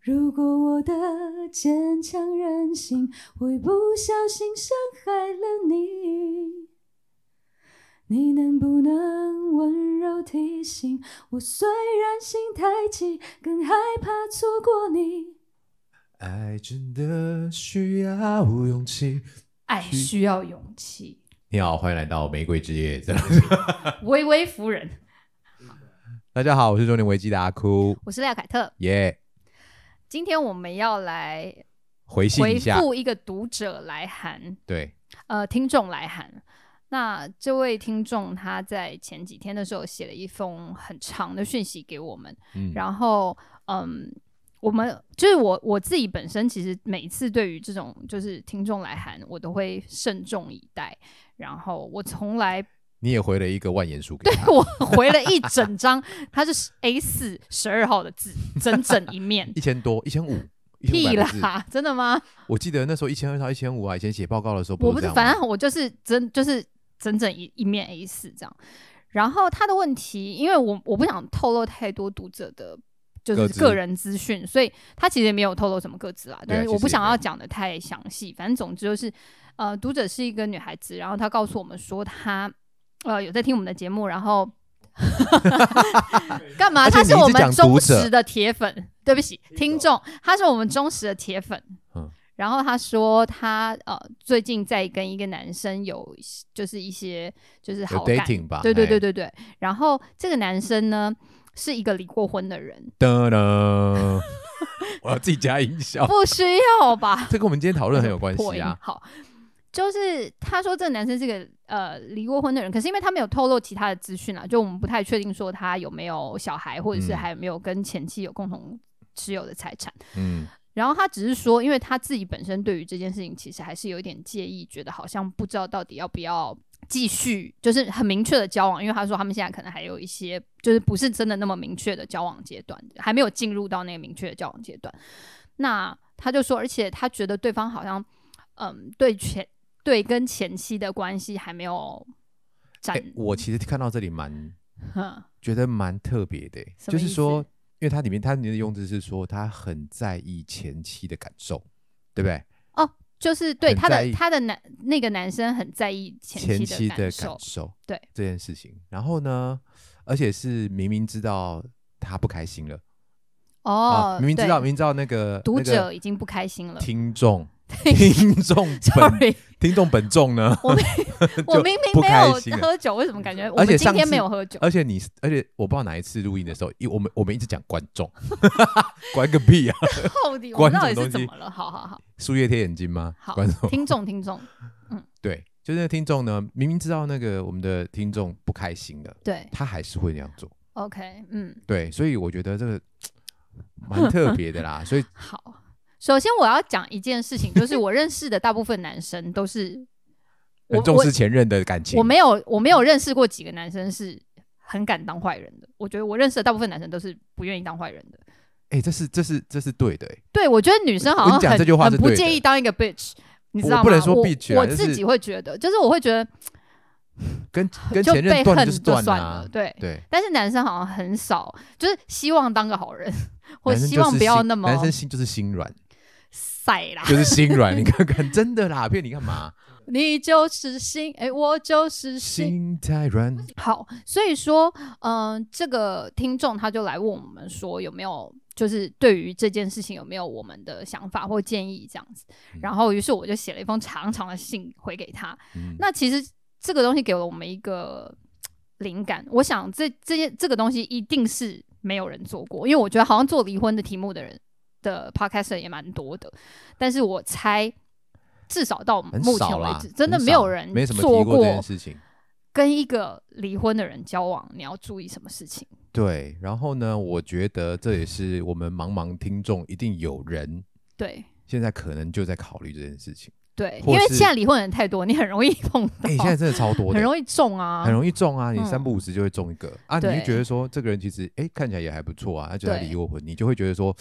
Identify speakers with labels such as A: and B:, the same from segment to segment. A: 如果我的坚强任性会不小心伤害了你，你能不能温柔提醒我？虽然心太急，更害怕错过你。
B: 爱真的需要勇气。
C: 爱需要勇 气，
B: 你好，欢迎来到《玫瑰之夜》这。
C: 微微夫人，
B: 大家好，我是中年危机的阿哭，
C: 我是廖凯特。
B: 耶、
C: 今天我们要来
B: 回信
C: 回
B: 一下。
C: 复一个读者来函，
B: 对，
C: 呃，听众来函。那这位听众他在前几天的时候写了一封很长的讯息给我们，
B: 嗯，
C: 然后嗯，我们就是我我自己本身，其实每一次对于这种就是听众来函，我都会慎重以待，然后我从来
B: 你也回了一个万言书给他。。
C: 我回了一整张，它是 A 四十二号的字，整整一面
B: 一千多，一千五，一千
C: 屁
B: 五百字。
C: 啦，真的吗？
B: 我记得那时候一千二到一千五啊，以前写报告的时候
C: 我
B: 是
C: 不
B: 这
C: 是，
B: 样吗
C: 反正我就是真就是整整一一面 A 四这样。然后他的问题，因为我我不想透露太多读者的。就
B: 各
C: 是
B: 自
C: 个人资讯，所以他其实也没有透露什么个资啦，但
B: 其
C: 是
B: 实
C: 我不
B: 也
C: 想
B: 没
C: 要
B: 有
C: 讲的太详细。反正总之就是，呃，读者是一个女孩子，然后她告诉我们说她呃有在听我们的节目，然 后干嘛？
B: 而且
C: 她是
B: 你一
C: 我
B: 直
C: 们
B: 讲
C: 忠
B: 读者
C: 实的铁粉，对不起，听众，她是我们忠实的铁粉。
B: 嗯
C: 然后她说她呃最近在跟一个男生有就是一些就是
B: 有
C: 好感，
B: dating 吧？哎
C: 对对对
B: 对，
C: 对对。然后这个男生呢是一个离过婚的人，
B: 噔噔，我要自己加音效。
C: 不需要 吧？
B: 这跟我们今天讨论很有关
C: 破
B: 系
C: 音
B: 哦啊。
C: 好，就是他说这个男生是个呃离过婚的人，可是因为他没有透露其他的资讯啦，啊就我们不太确定说他有没有小孩，或者是
B: 嗯
C: 还有没有跟前妻有共同持有的财产。
B: 嗯，
C: 然后他只是说，因为他自己本身对于这件事情其实还是有一点介意，觉得好像不知道到底要不要继续，就是很明确的交往。因为他说他们现在可能还有一些，就是不是真的那么明确的交往阶段，还没有进入到那个明确的交往阶段。那他就说，而且他觉得对方好像，嗯，对前对跟前妻的关系还没有展，
B: 哎，我其实看到这里蛮
C: 嗯
B: 觉得蛮特别的欸，
C: 什么
B: 就是
C: 意思
B: 说，因为它里面它里面的用字是说他很在意前妻的感受，对不对？
C: 就是对
B: 很
C: 他
B: 在
C: 的
B: 意
C: 他的男那个男生很在意
B: 前
C: 前
B: 妻
C: 妻
B: 的
C: 感
B: 感
C: 受，
B: 受，
C: 对
B: 这件事情。然后呢，而且是明明知道他不开心了，
C: 哦
B: 啊，，明明知道，
C: 对
B: 明明知道那个
C: 读
B: 那个
C: 者已经不开心 了。
B: 听众听众本
C: Sorry，
B: 听众本众呢，
C: 我明我
B: 就
C: 明明
B: 不
C: 没
B: 开
C: 有
B: 心了
C: 喝酒，为什么感觉我
B: 而
C: 们
B: 且
C: 今
B: 上
C: 天
B: 次
C: 没有喝 酒？
B: 而且你，而且我不知道哪一次录音的时候，因我们我们一直讲观众， 观个屁啊！
C: 到底我
B: 关
C: 们到底
B: 这种
C: 是怎
B: 东西
C: 么了？好好 好
B: 树叶贴眼睛吗？
C: 好
B: 观，众
C: 听众听众，
B: 对，就是那个听众呢，明明知道那个我们的听众不开心了，
C: 对
B: 他还是会那样做。
C: ，OK，嗯，
B: 对，所以我觉得这个蛮特别的啦。所以
C: 好。首先我要讲一件事情，就是我认识的大部分男生都是我
B: 很重视前任的感情。
C: 我，我没有我没有认识过几个男生是很敢当坏人的。我觉得我认识的大部分男生都是不愿意当坏人的。
B: 哎、这是这是这是对的、欸，
C: 对，我觉得女生好
B: 我
C: 像
B: 跟你讲
C: 很
B: 这句话是
C: 很不
B: 对的
C: 介意当一个 bitch，你知道吗？
B: 我不能说
C: 我
B: bitch 啊
C: 我
B: 就
C: 自
B: 是
C: 己会觉得，就是我会觉得
B: 跟跟
C: 就
B: 前任
C: 被
B: 断了啊
C: 恨
B: 就是断
C: 算
B: 啦、
C: 了，对。
B: 对，
C: 但是男生好像很少，就是希望当个好人，或
B: 男生
C: 希
B: 就是
C: 望不要
B: 心
C: 那么
B: 男生心就是心软，
C: 晒啦。
B: 就是心软。你看看，真的啦，骗你干嘛？
C: 你就是心，哎、我就是心。
B: 心太软，
C: 好，所以说，嗯、这个听众他就来问我们说，有没有就是对于这件事情有没有我们的想法或建议这样子。然后，于是我就写了一封长长的信回给他。
B: 嗯
C: 那其实这个东西给了我们一个嘖灵感，我想这这些这个东西一定是没有人做过，因为我觉得好像做离婚的题目的人的 podcast 也蛮多的，但是我猜至少到
B: 很
C: 目
B: 少
C: 前为
B: 啦
C: 止，，真的
B: 很
C: 没有
B: 少
C: 人
B: 没什么
C: 做
B: 提这
C: 过
B: 件事情。
C: 跟一个离婚的人交往，你要注意什么事情？
B: 对，然后呢，我觉得这也是我们茫茫听众一定有人
C: 对
B: 现在可能就在考虑这件事情。
C: 对，
B: 或
C: 因为
B: 是
C: 现在离婚的人太多，你很容易碰到，
B: 哎、现在真的超多的，
C: 很容易中啊，
B: 很容易中啊，你
C: 嗯
B: 三不五时就会中一个、啊，你
C: 对
B: 就觉得说这个人其实哎、看起来也还不错啊，他觉得他
C: 对
B: 离过婚，你就会觉得说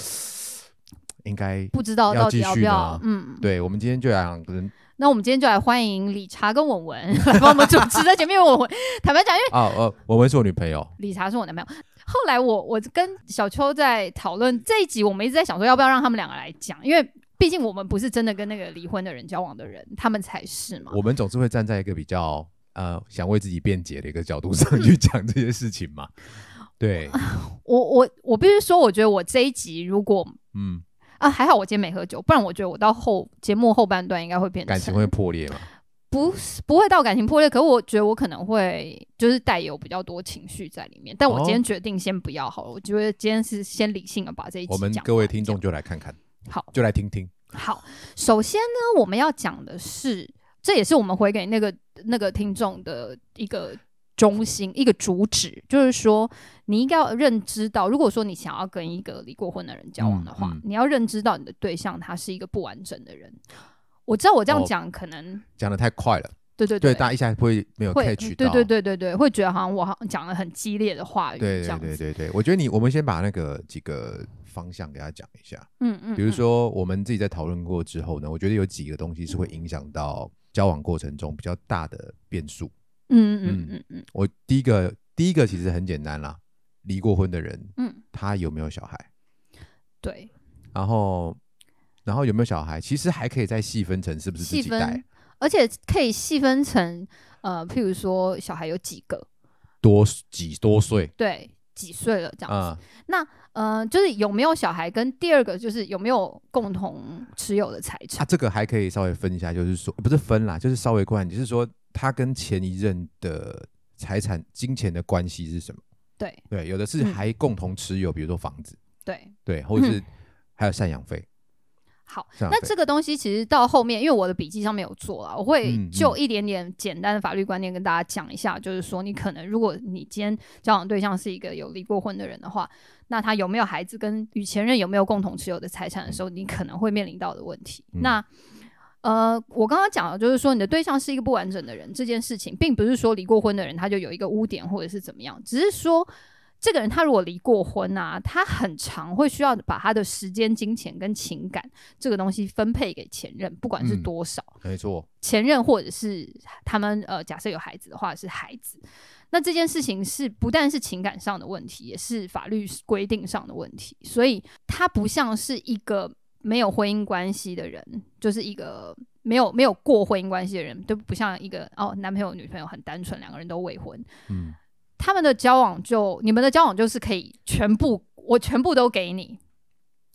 B: 应该
C: 不知道
B: 要
C: 到底
B: 继
C: 要
B: 续啊
C: 不
B: 呢
C: 要嗯。
B: 对。我们今天就来两个人
C: 那我们今天就来欢迎理查跟文 文来帮我们主持在前面。文文，坦白讲，因为
B: 哦啊呃，文文是我女朋友，
C: 理查是我男朋友，后来我我跟小秋在讨论这一集，我们一直在想说要不要让他们两个来讲，因为毕竟我们不是真的跟那个离婚的人交往的人，他们才是嘛。
B: 我们总是会站在一个比较呃想为自己辩解的一个角度上 去讲这些事情嘛。对，
C: 我我我必须说，我觉得我这一集如果
B: 嗯，
C: 啊还好我今天没喝酒，不然我觉得我到后节目后半段应该会变成
B: 感情会破裂嘛？
C: 不是不会到感情破裂，可我觉得我可能会就是带有比较多情绪在里面。但我
B: 哦
C: 今天决定先不要好了，我觉得今天是先理性的把这一集
B: 我们
C: 讲
B: 各位
C: 完
B: 听
C: 这样
B: 众就来看看，
C: 好。
B: 就来听听。
C: 好，首先呢，我们要讲的是，这也是我们回给那个那个听众的一个中心、一个主旨，就是说，你应该要认知到，如果说你想要跟一个离过婚的人交往的话，
B: 嗯嗯
C: 你要认知到你的对象他是一个不完整的人。我知道我这样
B: 哦
C: 讲可能、
B: 讲的太快了，
C: 对对
B: 对，大家一下会没有
C: 会
B: catch
C: 对
B: 到。
C: 对对对对，会觉得好像我好像讲了很激烈的话语
B: 对
C: 这样
B: 对
C: 子，
B: 对对对，我觉得你我们先把那个几个方向给他讲一下，
C: 嗯嗯，
B: 比如
C: 嗯
B: 说我们自己在讨论过之后呢，我觉得有几个东西是会影响到交往过程中比较大的变数。
C: 嗯嗯嗯嗯
B: 我第一个第一个其实很简单啦，离过婚的人
C: 嗯嗯，
B: 他有没有小孩，
C: 对，
B: 然后然后有没有小孩，其实还可以再细分成是不是自
C: 细
B: 己
C: 分
B: 带，
C: 而且可以细分成呃，譬如说小孩有几个，
B: 多几多岁
C: 对，几岁了这样子。
B: 啊、
C: 呃，就是有没有小孩，跟第二个就是有没有共同持有的财
B: 他
C: 产。
B: 啊这个还可以稍微分一下，就是说不是分啦，就是稍微关，就是说他跟前一任的财产、金钱的关系是什么？
C: 对
B: 对，有的是
C: 嗯
B: 还共同持有，比如说房子，
C: 对，
B: 对，或者是还有赡养费。
C: 好。
B: 赡养
C: 那
B: 费
C: 这个东西其实到后面，因为我的笔记上面有做了，我会
B: 嗯嗯
C: 就一点点简单的法律观念跟大家讲一下，就是说你可能如果你今天交往对象是一个有离过婚的人的话，那他有没有孩子，跟与前任有没有共同持有的财产的时候，你可能会面临到的问题。
B: 嗯
C: 那呃，我刚刚讲的就是说，你的对象是一个不完整的人这件事情，并不是说离过婚的人他就有一个污点或者是怎么样，只是说这个人他如果离过婚啊，他很常会需要把他的时间、金钱跟情感这个东西分配给前任，不管是
B: 嗯
C: 多少，
B: 没错，
C: 前任或者是他们呃，假设有孩子的话是孩子，那这件事情是不但是情感上的问题，也是法律规定上的问题，所以他不像是一个没有婚姻关系的人，就是一个没有没有过婚姻关系的人，都不像一个哦男朋友女朋友很单纯，两个人都未婚，
B: 嗯，
C: 他们的交往就你们的交往就是可以全部我全部都给你，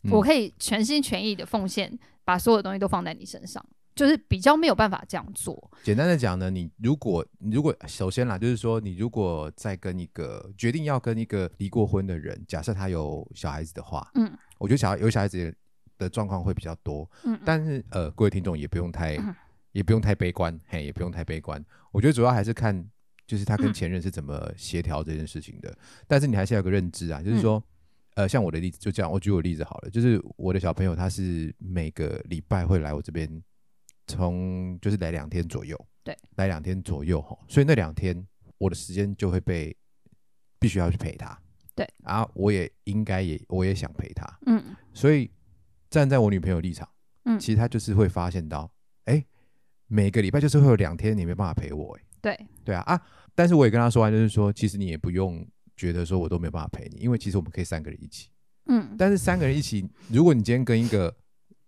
B: 嗯
C: 我可以全心全意的奉献，把所有东西都放在你身上，就是比较没有办法这样做。
B: 简单的讲呢，你如果你如果首先啦，就是说你如果在跟一个决定要跟一个离过婚的人，假设他有小孩子的话，
C: 嗯，
B: 我觉得小孩有小孩子的状况会比较多，
C: 嗯，
B: 但是呃，各位听众也不用太、
C: 嗯
B: 也不用太悲观，嘿，也不用太悲观。我觉得主要还是看就是他跟
C: 嗯
B: 前任是怎么协调这件事情的。但是你还是要有个认知啊，
C: 嗯
B: 就是说，呃，像我的例子就这样，我举我例子好了，就是我的小朋友他是每个礼拜会来我这边，从就是来两天左右，
C: 对，
B: 来两天左右吼，所以那两天我的时间就会被必须要去陪他，
C: 对，
B: 啊，我也应该也我也想陪他，
C: 嗯
B: 所以站在我女朋友立场，
C: 嗯
B: 其实她就是会发现到，哎、每个礼拜就是会有两天你没办法陪我、诶
C: 对，
B: 对啊啊！但是我也跟她说完，就是说，其实你也不用觉得说我都没办法陪你，因为其实我们可以三个人一起。
C: 嗯，
B: 但是三个人一起，如果你今天跟一个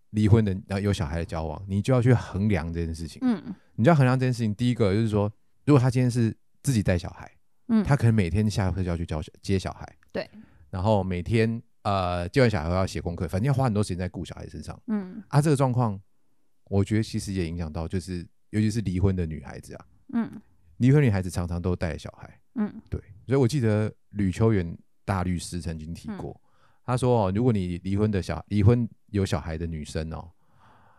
B: 离婚的然后有小孩的交往，你就要去衡量这件事情。
C: 嗯
B: 你就要衡量这件事情，第一个就是说，如果他今天是自己带小孩，
C: 嗯，
B: 他可能每天下课就要去教小接小孩，
C: 对，
B: 然后每天呃接完小孩后要写功课，反正要花很多时间在顾小孩身上
C: 嗯
B: 啊。这个状况，我觉得其实也影响到，就是尤其是离婚的女孩子啊，
C: 嗯
B: 离婚女孩子常常都带着小孩，
C: 嗯
B: 对，所以我记得吕秋元大律师曾经提过，他说哦，如果你离婚的小离婚有小孩的女生哦，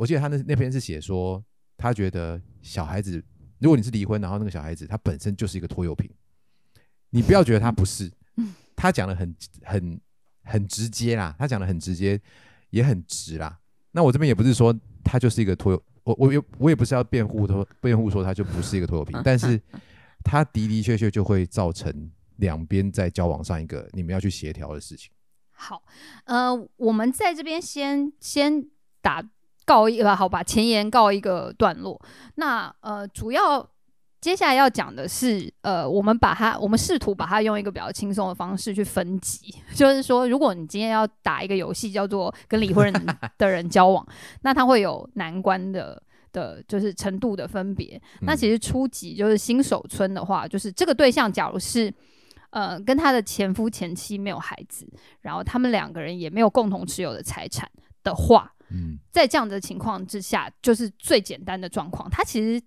B: 我记得他那那篇是写说，他觉得小孩子，如果你是离婚，然后那个小孩子他本身就是一个拖油瓶，你不要觉得他不是，他讲的很很很直接啦，他讲的很直接，也很直啦。那我这边也不是说他就是一个拖油，我我也我也不是要辩护说辩护说他就不是一个拖油瓶，但是他的的确确就会造成两边在交往上一个你们要去协调的事情。
C: 好，呃，我们在这边先先呃打告一吧，好吧，前言告一个段落。那呃，主要接下来要讲的是，呃，我们把它，我们试图把它用一个比较轻松的方式去分级， 就是说，如果你今天要打一个游戏叫做跟离婚人的人交往，那它会有难关的。的就是程度的分别。
B: 嗯
C: 那其实初级就是新手村的话，就是这个对象假如是呃跟他的前夫前妻没有孩子，然后他们两个人也没有共同持有的财产的话，
B: 嗯，
C: 在这样的情况之下，就是最简单的状况，它其实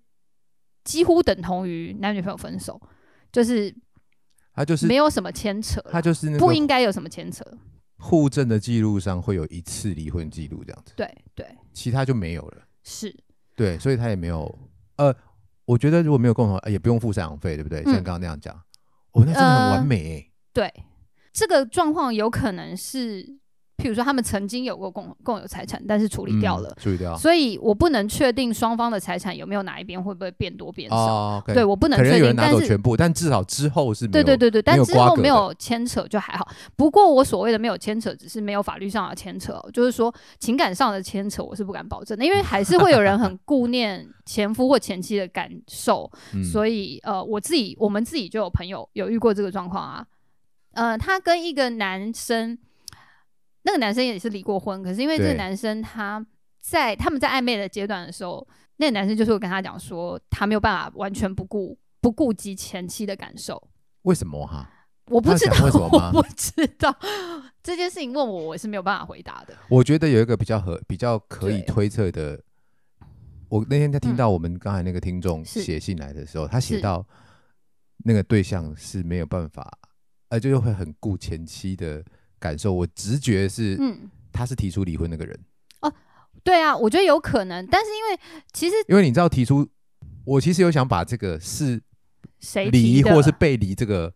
C: 几乎等同于男女朋友分手，就是
B: 他就是
C: 没有什么牵扯啦，
B: 他就是那
C: 不
B: 个
C: 应该有什么牵扯。
B: 户政的记录上会有一次离婚记录这样子，
C: 对对
B: 其他就没有了。
C: 是，
B: 对，所以他也没有呃，我觉得如果没有共同，呃也不用付赡养费，对不对？
C: 嗯
B: 像刚刚那样讲，哦，那真的很完美欸、
C: 对这个状况有可能是，譬如说他们曾经有过共共有财产，但是处理掉了
B: 嗯，处理掉。
C: 呃所以我不能确定双方的财产有没有哪一边会不会变多变少。
B: 哦，
C: 对，，我不能
B: 可能
C: 确
B: 有
C: 定，
B: 人拿
C: 但
B: 走
C: 是
B: 全部，但至少之后是没
C: 对
B: 有。
C: 对对对，
B: 没
C: 但
B: 有
C: 之
B: 瓜
C: 后
B: 葛
C: 没
B: 的
C: 有牵扯就还好。不过我所谓的没有牵扯，只是没有法律上的牵扯哦，就是说情感上的牵扯，我是不敢保证的，因为还是会有人很顾念前夫或前妻的感受。
B: 嗯
C: 所以呃，我自己我们自己就有朋友有遇过这个状况啊，呃，他跟一个男生，那个男生也是离过婚，可是因为这个
B: 对
C: 男生他在他们在暧昧的阶段的时候，那个男生就是有跟他讲说，他没有办法完全不顾不顾及前妻的感受。
B: 为什么哈？
C: 我不
B: 他
C: 知
B: 想
C: 道，
B: 为什么吗
C: 我不知道这件事情问我，我是没有办法回答的。
B: 我觉得有一个比较合、比较可以
C: 对
B: 推测的。我那天在听
C: 嗯
B: 到我们刚才那个听众
C: 是
B: 写信来的时候，他写
C: 是
B: 到那个对象是没有办法，呃，就是会很顾前妻的感受。我直觉是，
C: 嗯，
B: 他是提出离婚那个人，
C: 对啊，我觉得有可能，但是因为其实
B: 因为你知道提出，我其实有想把这个是
C: 谁
B: 离
C: 提的
B: 或是被离这个，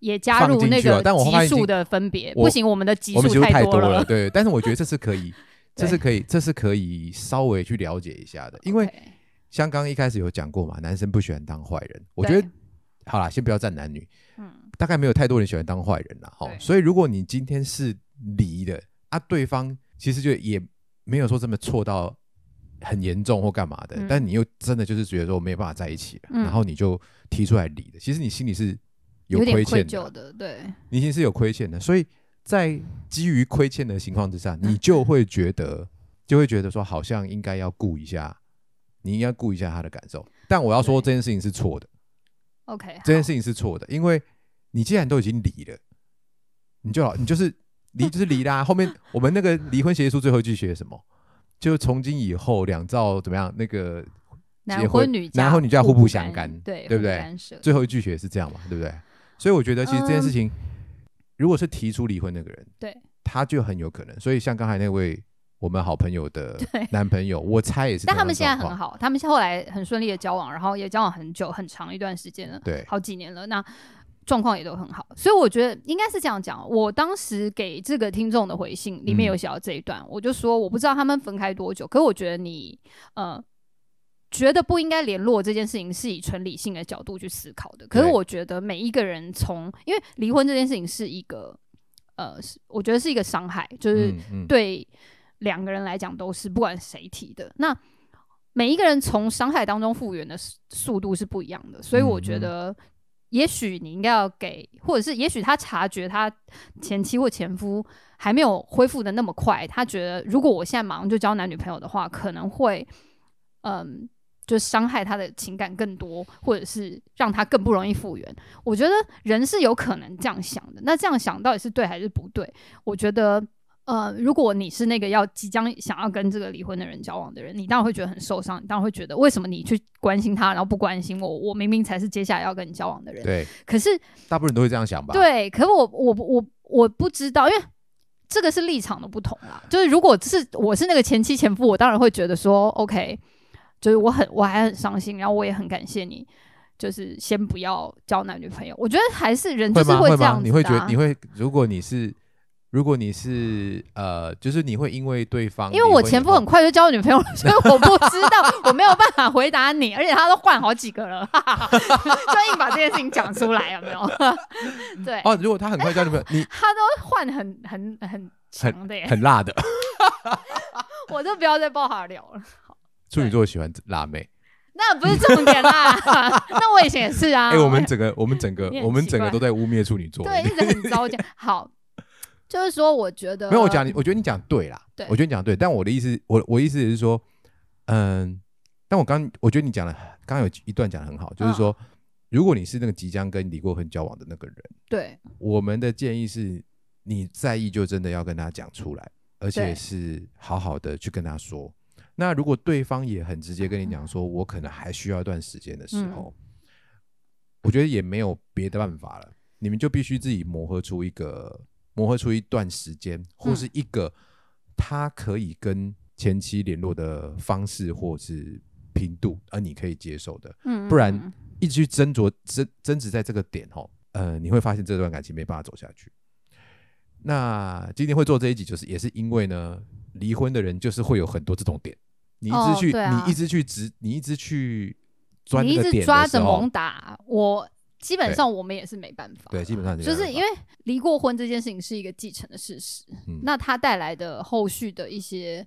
C: 也加入那
B: 放进去
C: 个
B: 啊但我后来已
C: 级
B: 经
C: 数的分别，
B: 我
C: 不行，我们的级
B: 我
C: 数
B: 们其实太
C: 多
B: 多了，对。但是我觉得这是 可以，这是可以，这是可以稍微去了解一下的，因为
C: OK，
B: 像刚刚一开始有讲过嘛，男生不喜欢当坏人，我
C: 对
B: 觉得好啦，先不要站男女，
C: 嗯，
B: 大概没有太多人喜欢当坏人啦。哦
C: 对，
B: 所以如果你今天是离的啊，对方其实就也没有说这么错到很严重或干嘛的，
C: 嗯
B: 但你又真的就是觉得说没办法在一起了，
C: 嗯
B: 然后你就提出来离的，其实你心里是
C: 有点
B: 亏
C: 愧
B: 欠
C: 疚的，
B: 的，
C: 对，
B: 你心里是有亏欠的，所以在基于亏欠的情况之下，
C: 嗯
B: 你就会觉得就会觉得说好像应该要顾一下，你应该顾一下他的感受，但我要说这件事情是错的。
C: OK，
B: 这件
C: 好
B: 事情是错的，因为你既然都已经离了，你就老你就是离就是离啦。后面我们那个离婚协议书最后一句写什么？就从今以后两造怎么样？那个结
C: 男
B: 婚
C: 婚女嫁，
B: 男婚女嫁互
C: 互
B: 不相干
C: 对
B: 对
C: 互
B: 不对
C: 干涉
B: 最后一句写是这样嘛，对不对？所以我觉得其实这件事
C: 嗯
B: 情，如果是提出离婚那个人，
C: 对，
B: 他就很有可能。所以像刚才那位我们好朋友的
C: 对
B: 男朋友，我猜也是同
C: 但他们现
B: 样的状况。
C: 在很好，他们后来很顺利的交往，然后也交往很久很长一段时间了，
B: 对
C: 好几年了，那状况也都很好，所以我觉得应该是这样讲。我当时给这个听众的回信里面
B: 嗯
C: 有写到这一段，我就说我不知道他们分开多久，可我觉得你呃。觉得不应该联络这件事情是以纯理性的角度去思考的，可是
B: 对
C: 我觉得每一个人从因为离婚这件事情是一个呃，是我觉得是一个伤害，就是
B: 嗯嗯
C: 对两个人来讲都是，不管谁提的。那每一个人从伤害当中复原的速速度是不一样的，所以我觉
B: 嗯嗯
C: 得，也许你应该要给，或者是也许他察觉他前妻或前夫还没有恢复的那么快，他觉得如果我现在马上就交男女朋友的话，可能会，嗯。就是伤害他的情感更多，或者是让他更不容易复原。我觉得人是有可能这样想的。那这样想到底是对还是不对？我觉得呃，如果你是那个要即将想要跟这个离婚的人交往的人，你当然会觉得很受伤，你当然会觉得为什么你去关心他，然后不关心我？我明明才是接下来要跟你交往的人。
B: 对，
C: 可是
B: 大部分人都会这样想吧？，
C: 对，可我我我我不知道，因为这个是立场的不同啦。就是如果是我是那个前妻前夫，我当然会觉得说，OK，就是我很我还很伤心，然后我也很感谢你，就是先不要交男女朋友。我觉得还是人就
B: 会
C: 是
B: 吗？会
C: 这样
B: 吗
C: 子、啊？
B: 你会觉得你会？如果你是，如果你是呃，就是你会因为对方，
C: 因为我前夫
B: 哦
C: 很，快就交了女朋友了，所以我不知道，我没有办法回答你，而且他都换好几个了， 哈哈哈就硬把这件事情讲出来，有没 有？对，
B: 哦，如果他很快交女朋友， 你
C: 他都换很很很强的耶，
B: 很辣的
C: 我就不要再爆他料了。 啊
B: 处女座喜欢辣妹，
C: 那不是重点 啦。 那我以前也是啊。
B: 哎、我们整个我们整个
C: 你很
B: 我们
C: 奇
B: 整个
C: 怪
B: 都在污蔑处女座。
C: 对一直很糟践。好，就是说，我觉得
B: 没有，我讲你，我觉得你讲对啦，
C: 啊对
B: 我觉得你讲对，但我的意思，我我意思是说，嗯，但我刚我觉得你讲的，刚刚有一段讲的很好，就是说，
C: 嗯
B: 如果你是那个即将跟离过婚交往的那个人，
C: 对
B: 我们的建议是，你在意就真的要跟他讲出来，而且
C: 对
B: 是好好的去跟他说。那如果对方也很直接跟你讲说，我可能还需要一段时间的时候，我觉得也没有别的办法了，你们就必须自己磨合出一个磨合出一段时间，或是一个他可以跟前妻联络的方式或是频度，而你可以接受的。
C: 嗯，
B: 不然
C: 嗯嗯
B: 一直去斟酌争争执在这个点哦，呃，你会发现这段感情没办法走下去。那今天会做这一集，就是也是因为呢，离婚的人就是会有很多这种点，你一
C: 哦
B: 直去，
C: 对啊
B: 你一直去执，你一直去钻
C: 你
B: 那
C: 一
B: 个点
C: 直
B: 的
C: 抓
B: 时
C: 着
B: 候
C: 猛打，我基本
B: 对
C: 上我们也是没办法。
B: 对，基本上这
C: 就
B: 样
C: 是因为离过婚这件事情是一个继承的事实，
B: 嗯
C: 那它带来的后续的一些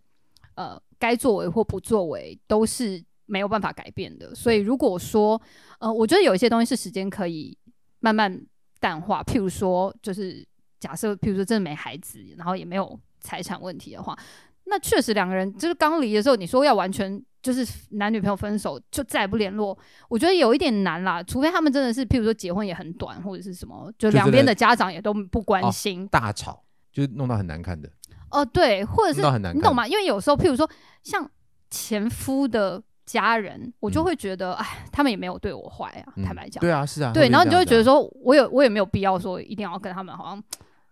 C: 呃该作为或不作为都是没有办法改变的。所以如果说呃，我觉得有一些东西是时间可以慢慢淡化，譬如说就是假设譬如说真的没孩子，然后也没有财产问题的话，那确实两个人就是刚离的时候，你说要完全就是男女朋友分手就再也不联络，我觉得有一点难啦。除非他们真的是，譬如说结婚也很短，或者是什么，就
B: 就真的
C: 两边的家长也都不关心。
B: 大吵，就是弄到很难看的，
C: 哦、对，或者是
B: 弄到很难看
C: 你懂吗？因为有时候，譬如说像前夫的家人，我就会觉得，哎、他们也没有对我坏啊，
B: 嗯
C: 坦白讲。
B: 对啊，是啊，
C: 对，然后你就会觉得
B: 说，
C: 说，我有我也没有必要说一定要跟他们好像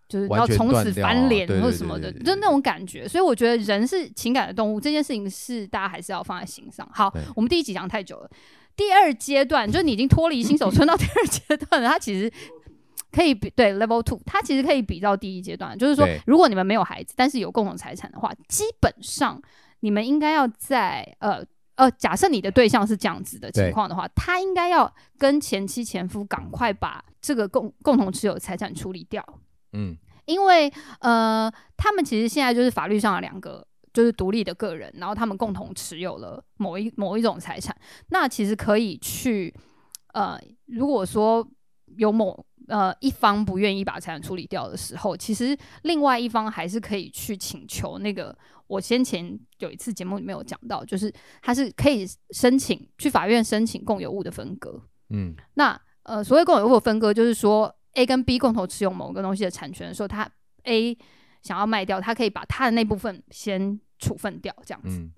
C: 就是
B: 完
C: 要
B: 全
C: 从
B: 断
C: 此
B: 掉啊
C: 翻脸
B: 对
C: 或
B: 对
C: 者什么
B: 对
C: 的，
B: 对对
C: 就那种感觉。所以我觉得人是情感的动物，这件事情是大家还是要放在心上。好
B: 对，
C: 我们第一集讲太久了，第二阶段就是你已经脱离新手村到第二阶段了，它其实。可以比对 level two，它其实可以比到第一阶段，就是说
B: 对，
C: 如果你们没有孩子，但是有共同财产的话，基本上你们应该要在呃呃，假设你的对象是这样子的情
B: 对
C: 况的话，他应该要跟前妻前夫赶快把这个共共同持有财产处理掉，
B: 嗯，
C: 因为呃，他们其实现在就是法律上的两个就是独立的个人，然后他们共同持有了某一某一种财产，那其实可以去呃，如果说有某呃一方不愿意把财产处理掉的时候，其实另外一方还是可以去请求那个。我先前有一次节目里面有讲到，就是他是可以申请去法院申请共有物的分割，
B: 嗯，
C: 那呃，所谓共有物的分割，就是说 A 跟 B 共同持有某个东西的产权的时候，他 A 想要卖掉，他可以把他的那部分先处分掉，这样子。
B: 嗯，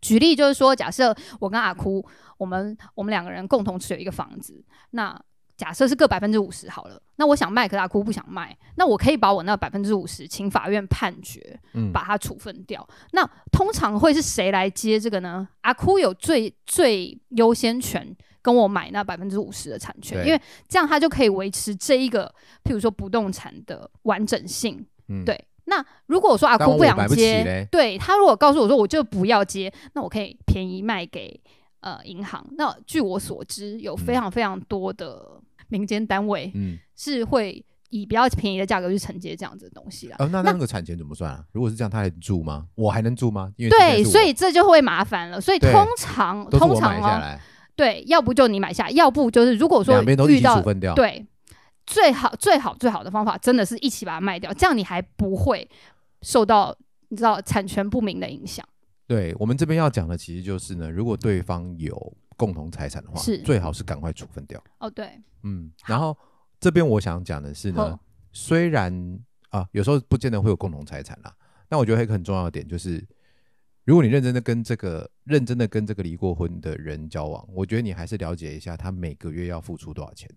C: 举例就是说，假设我跟阿哭，我们我们两个人共同持有一个房子，那假设是各百分之五十好了，那我想卖，可是阿哭不想卖，那我可以把我那百分之五十请法院判决，
B: 嗯
C: 把它处分掉。那通常会是谁来接这个呢？阿哭有最最优先权跟我买那百分之五十的产权，
B: 对
C: 因为这样他就可以维持这一个，譬如说不动产的完整性。
B: 嗯，
C: 对，那如果我说阿
B: 但
C: 哭
B: 我
C: 想
B: 买不起
C: 接
B: 嘞，
C: 对他如果告诉我说我就不要接，那我可以便宜卖给呃银行。那据我所知，有非
B: 嗯
C: 常非常多的民间单位
B: 嗯，
C: 是会以比较便宜的价格去承接这样子的东西啦。
B: 哦，那那那个产权怎么算啊？如果是这样，他还能住吗？我还能住吗？因为这边
C: 对，
B: 是我
C: 所以这就会麻烦了。所以
B: 对
C: 通常
B: 都是
C: 通
B: 我买
C: 常
B: 下
C: 哦，
B: 来，
C: 对，要不就你买下，要不就是如果说
B: 两边都一
C: 遇
B: 起
C: 到
B: 处分掉，
C: 对，最好最好最好的方法，真的是一起把它卖掉，这样你还不会受到你知道产权不明的影响。
B: 对我们这边要讲的，其实就是呢，如果对方有共同财产的话，
C: 是
B: 最好是赶快处分掉。
C: 哦，对，
B: 嗯，然后这边我想讲的是呢
C: 好，
B: 虽然啊，有时候不见得会有共同财产啦，但我觉得还有一个很重要的点就是，如果你认真的跟这个认真的跟这个离过婚的人交往，我觉得你还是了解一下他每个月要付出多少钱。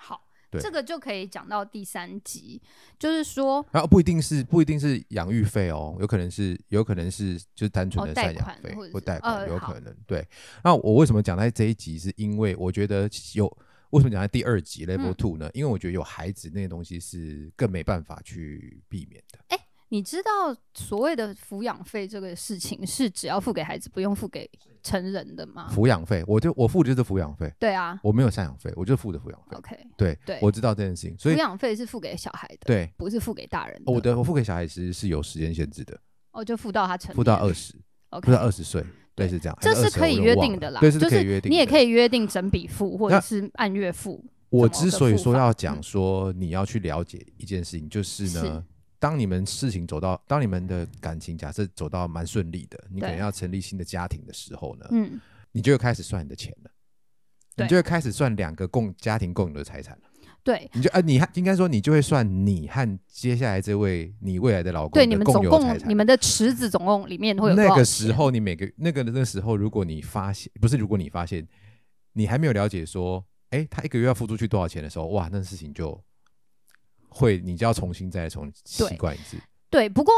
C: 好，
B: 对
C: 这个就可以讲到第三集，就是说
B: 然后不一定是不一定是养育费哦，有可能是有可能是就是单纯
C: 哦
B: 的
C: 贷
B: 赡养
C: 款
B: 费
C: 或者
B: 或
C: 是
B: 贷款，
C: 呃
B: 有
C: 好
B: 可能对。那我为什么讲在这一集，是因为我觉得有为什么讲在第二集 Level
C: 嗯
B: Two 呢？因为我觉得有孩子那些东西是更没办法去避免的。
C: 你知道所谓的抚养费这个事情是只要付给孩子，不用付给成人的吗？
B: 抚养费，我就我付的就是抚养费，
C: 对啊
B: 我没有赡养费，我就付的抚养费。
C: ，OK，
B: 对，
C: 哦对
B: 我知道这件事情，所
C: 抚
B: 以
C: 养费是付给小孩的，
B: 对、
C: 不是付给大人的。
B: 哦我的我付给小孩其实是有时间限制的，
C: 哦，就付到他成
B: 付到
C: 年
B: 二十，付
C: ，OK，
B: 到二十岁。类似这样，还
C: 这是
B: 20
C: 可以
B: 我有
C: 约
B: 点忘
C: 定
B: 了
C: 的啦，
B: 对，
C: 就
B: 这是可以约定的。
C: 你也可以约定整笔付或者
B: 那
C: 是按月付。
B: 我
C: 怎么
B: 之
C: 个
B: 所以
C: 付
B: 说
C: 法嗯
B: 要讲说你要去了解一件事情，就是呢，
C: 是
B: 当你们事情走到，当你们的感情假设走到蛮顺利的，你可
C: 对
B: 能要成立新的家庭的时候呢，
C: 嗯，
B: 你就会开始算你的钱了，你
C: 对
B: 就会开始算两个共家庭共有的财产了，
C: 对
B: 你就呃，你还应该说你就会算你和接下来这位你未来的老公
C: 对，你
B: 的
C: 们
B: 共
C: 总
B: 有
C: 共
B: 财产
C: 你。们的池子总共里面会有多
B: 那
C: 少
B: 个
C: 钱
B: 时候，你每个那个那个时候，如果你发现不是，如果你发现你还没有了解说，哎，他一个月要付出去多少钱的时候，哇，那事情就会你就要重新再重习
C: 对
B: 惯一次。
C: 对，不过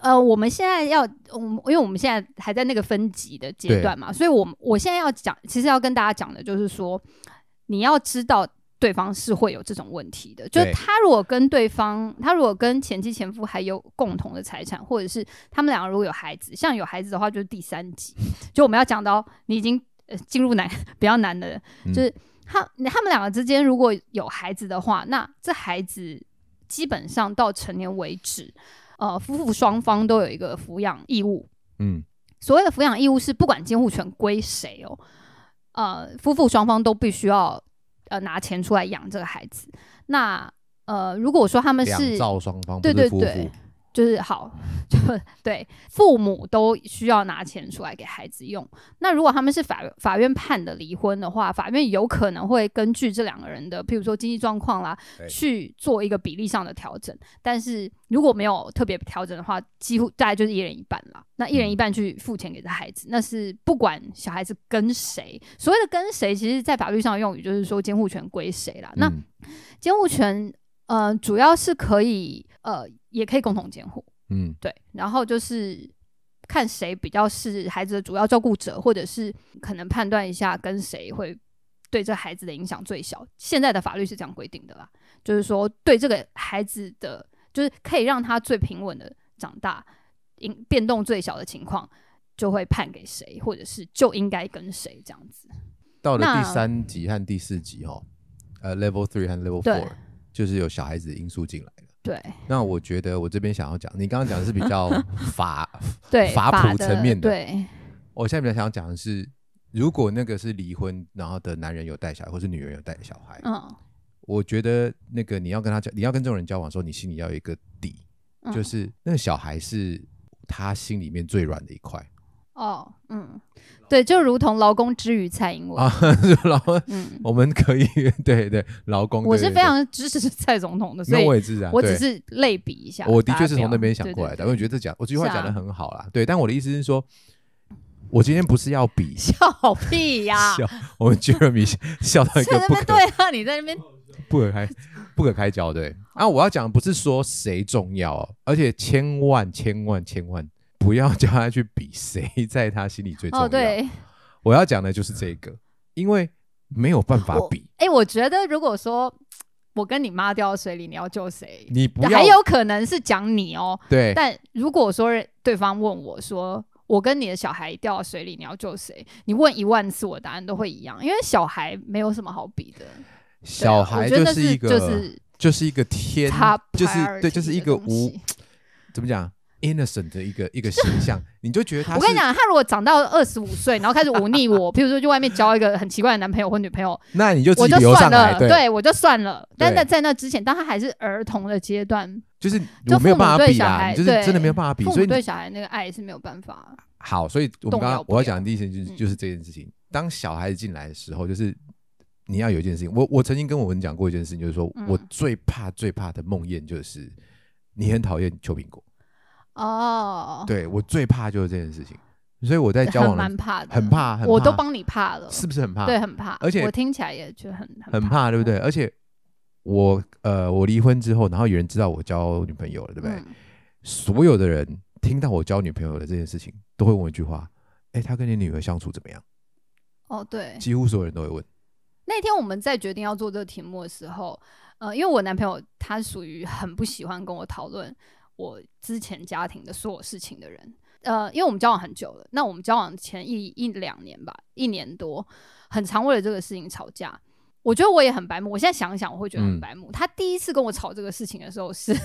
C: 呃，我们现在要，我们因为我们现在还在那个分级的阶
B: 对
C: 段嘛，所以我们我现在要讲，其实要跟大家讲的就是说，你要知道对方是会有这种问题的，就是
B: 对
C: 他如果跟对方，他如果跟前妻前夫还有共同的财产，或者是他们两个如果有孩子，像有孩子的话就是第三 级，就我们要讲到你已经呃进入难 比较难的，
B: 嗯
C: 就是他他们两个之间如果有孩子的话，那这孩子基本上到成年为止，呃，夫妇双方都有一个抚养义务。
B: 嗯，
C: 所谓的抚养义务是不管监护权归谁哦，呃，夫妇双方都必须要呃拿钱出来养这个孩子。那呃，如果说他们
B: 两
C: 是
B: 造双方不
C: 对
B: 是
C: 对
B: 夫
C: 对
B: 妇，
C: 就是好， 就对父母都需要拿钱出来给孩子用。那如果他们是法法院判的离婚的话，法院有可能会根据这两个人的，譬如说经济状况啦
B: 对，
C: 去做一个比例上的调整。但是如果没有特别调整的话，几乎大概就是一人一半啦。那一人
B: 嗯
C: 一半去付钱给这孩子，那是不管小孩子跟谁。所谓的跟谁，其实在法律上的用语就是说监护权归谁啦。那
B: 嗯
C: 监护权，呃，主要是可以，呃，也可以共同监护。
B: 嗯
C: 对，然后就是看谁比较是孩子的主要照顾者，或者是可能判断一下跟谁会对这孩子的影响最小。现在的法律是这样规定的啦，就是说对这个孩子的，就是可以让他最平稳的长大，影变动最小的情况。就会判给谁，或者是就应该跟谁这样子。
B: 到了
C: 那
B: 第三集和第四集哦，呃，Level Three 和 Level
C: 对
B: Four 就是有小孩子的因素进来了。
C: 对
B: 那我觉得我这边想要讲，你刚刚讲的是比 较法
C: 对，
B: 法普
C: 的
B: 层面的
C: 对
B: 我现在比较想讲的是，如果那个是离婚，然后的男人有带小孩，或是女人有带小孩，
C: 嗯，
B: 我觉得那个你要跟他交，你要跟这种人交往的时候，你心里要有一个底，
C: 嗯
B: 就是那个小孩是他心里面最软的一块
C: 哦，嗯，对，就如同劳工之于蔡英文，
B: 啊，是吧老公，
C: 嗯，
B: 我们可以 对对，老公，
C: 我是
B: 对
C: 非，常支持 蔡总统的，
B: 对
C: 所
B: 那我
C: 以
B: 也自然，
C: 我只
B: 对
C: 是类比一下发表。
B: 我的确是从那边想
C: 对
B: 过来
C: 对
B: 的，因为我觉得这讲我这句话
C: 是啊。
B: 讲的很好啦，对，但我的意思是说，我今天不是要比
C: 笑屁呀、
B: 笑，我们 Jeremy 笑到一
C: 在
B: 个
C: 那
B: 不
C: 边
B: 可
C: 对啊，你在那边
B: 不 可开不可开交，对。啊，我要讲的不是说谁重要哦，而且千万千万千万不要 叫他去比谁在他心里最重要。
C: 哦，对，
B: 我要讲的就是这个，因为没有办法
C: 我
B: 比，
C: 哎，我觉得如果说我跟你妈掉到水里，你要救谁？
B: 你不要
C: 还有可能是讲你哦，
B: 对
C: 但如果说对方问我说。我跟你的小孩掉到水里，你要救谁？你问一万次，我答案都会一样，因为小孩没有什么好比的。对啊
B: 小
C: 我
B: 孩
C: 觉
B: 就
C: 得那
B: 是
C: 是
B: 一个
C: 就是
B: 就是一个天
C: top，
B: 就是对，就是一个
C: priority 的东
B: 无
C: 西
B: 怎么讲 innocent 的一个一 个形象，你就觉得他
C: 我跟你
B: 是
C: 讲，他如果长到二十五岁，然后开始忤逆 我，譬如说去外面交一个很奇怪的男朋友或女朋友，
B: 那你就自
C: 我
B: 己
C: 就
B: 游上
C: 算了，
B: 来，对，
C: 我就算了。但
B: 对
C: 那在那之前，当他还是儿童的阶段，
B: 就是
C: 就
B: 我没有
C: 父母
B: 办法
C: 对
B: 比
C: 小
B: 啦，
C: 孩
B: 你就是
C: 对
B: 真的没有办法比，
C: 父
B: 所
C: 母
B: 以你
C: 对小孩那个爱是没有办法。
B: 好，所以我们
C: 动
B: 刚
C: 摇
B: 刚
C: 不
B: 我要
C: 了
B: 讲的第一件事就是
C: 嗯
B: 就是这件事情。当小孩子进来的时候，就是你要有一件事情，我我曾经跟我们讲过一件事情，就是说、
C: 嗯
B: 我最怕最怕的梦魇就是你很讨厌邱苹果，
C: 哦，
B: 对我最怕就是这件事情，所以我在交
C: 很
B: 往
C: 蛮
B: 的
C: 怕的，
B: 很，怕，很
C: 我都
B: 怕
C: 帮你怕了，
B: 是不是很怕？
C: 对，，很怕。
B: 而且
C: 我听起来也觉得很嗯
B: 很怕，对不？对？而且我呃，我离婚之后，然后有人知道我交女朋友了，对不对？
C: 嗯
B: 所有的人听到我交女朋友的这件事情，都会问一句话：哎，他跟你女儿相处怎么样？
C: 哦，对，
B: 几乎所有人都会问。
C: 那天我们在决定要做这个题目的时候，呃，因为我男朋友他属于很不喜欢跟我讨论我之前家庭的所有事情的人。呃，因为我们交往很久了，那我们交往前一一两年吧，一年多，很常为了这个事情吵架。我觉得我也很白目，我现在想一想，我会觉得很
B: 嗯
C: 白目。他第一次跟我吵这个事情的时候是，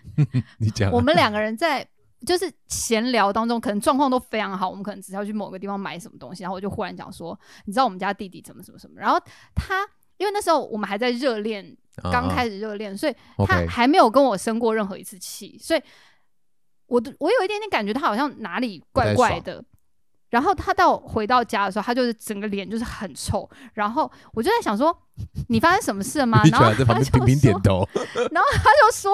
B: 你讲啊
C: 我们两个人在就是闲聊当中，可能状况都非常好，我们可能只是要去某个地方买什么东西，然后我就忽然讲说，你知道我们家弟弟怎么怎么什么，然后他因为那时候我们还在热恋， 刚开
B: 始
C: 始热恋，所以
B: 嗯哦 OK？
C: 他还没有跟我生过任何一次气，所以我都我有一点点感觉他好像哪里怪怪的。然后他到回到家的时候，他就是整个脸就是很臭，然后我就在想说，你发生什么事了吗
B: 你
C: 然
B: 居
C: 后
B: 然在
C: 他
B: 旁边
C: 就
B: 频频点
C: 说，
B: 头，
C: 他就说，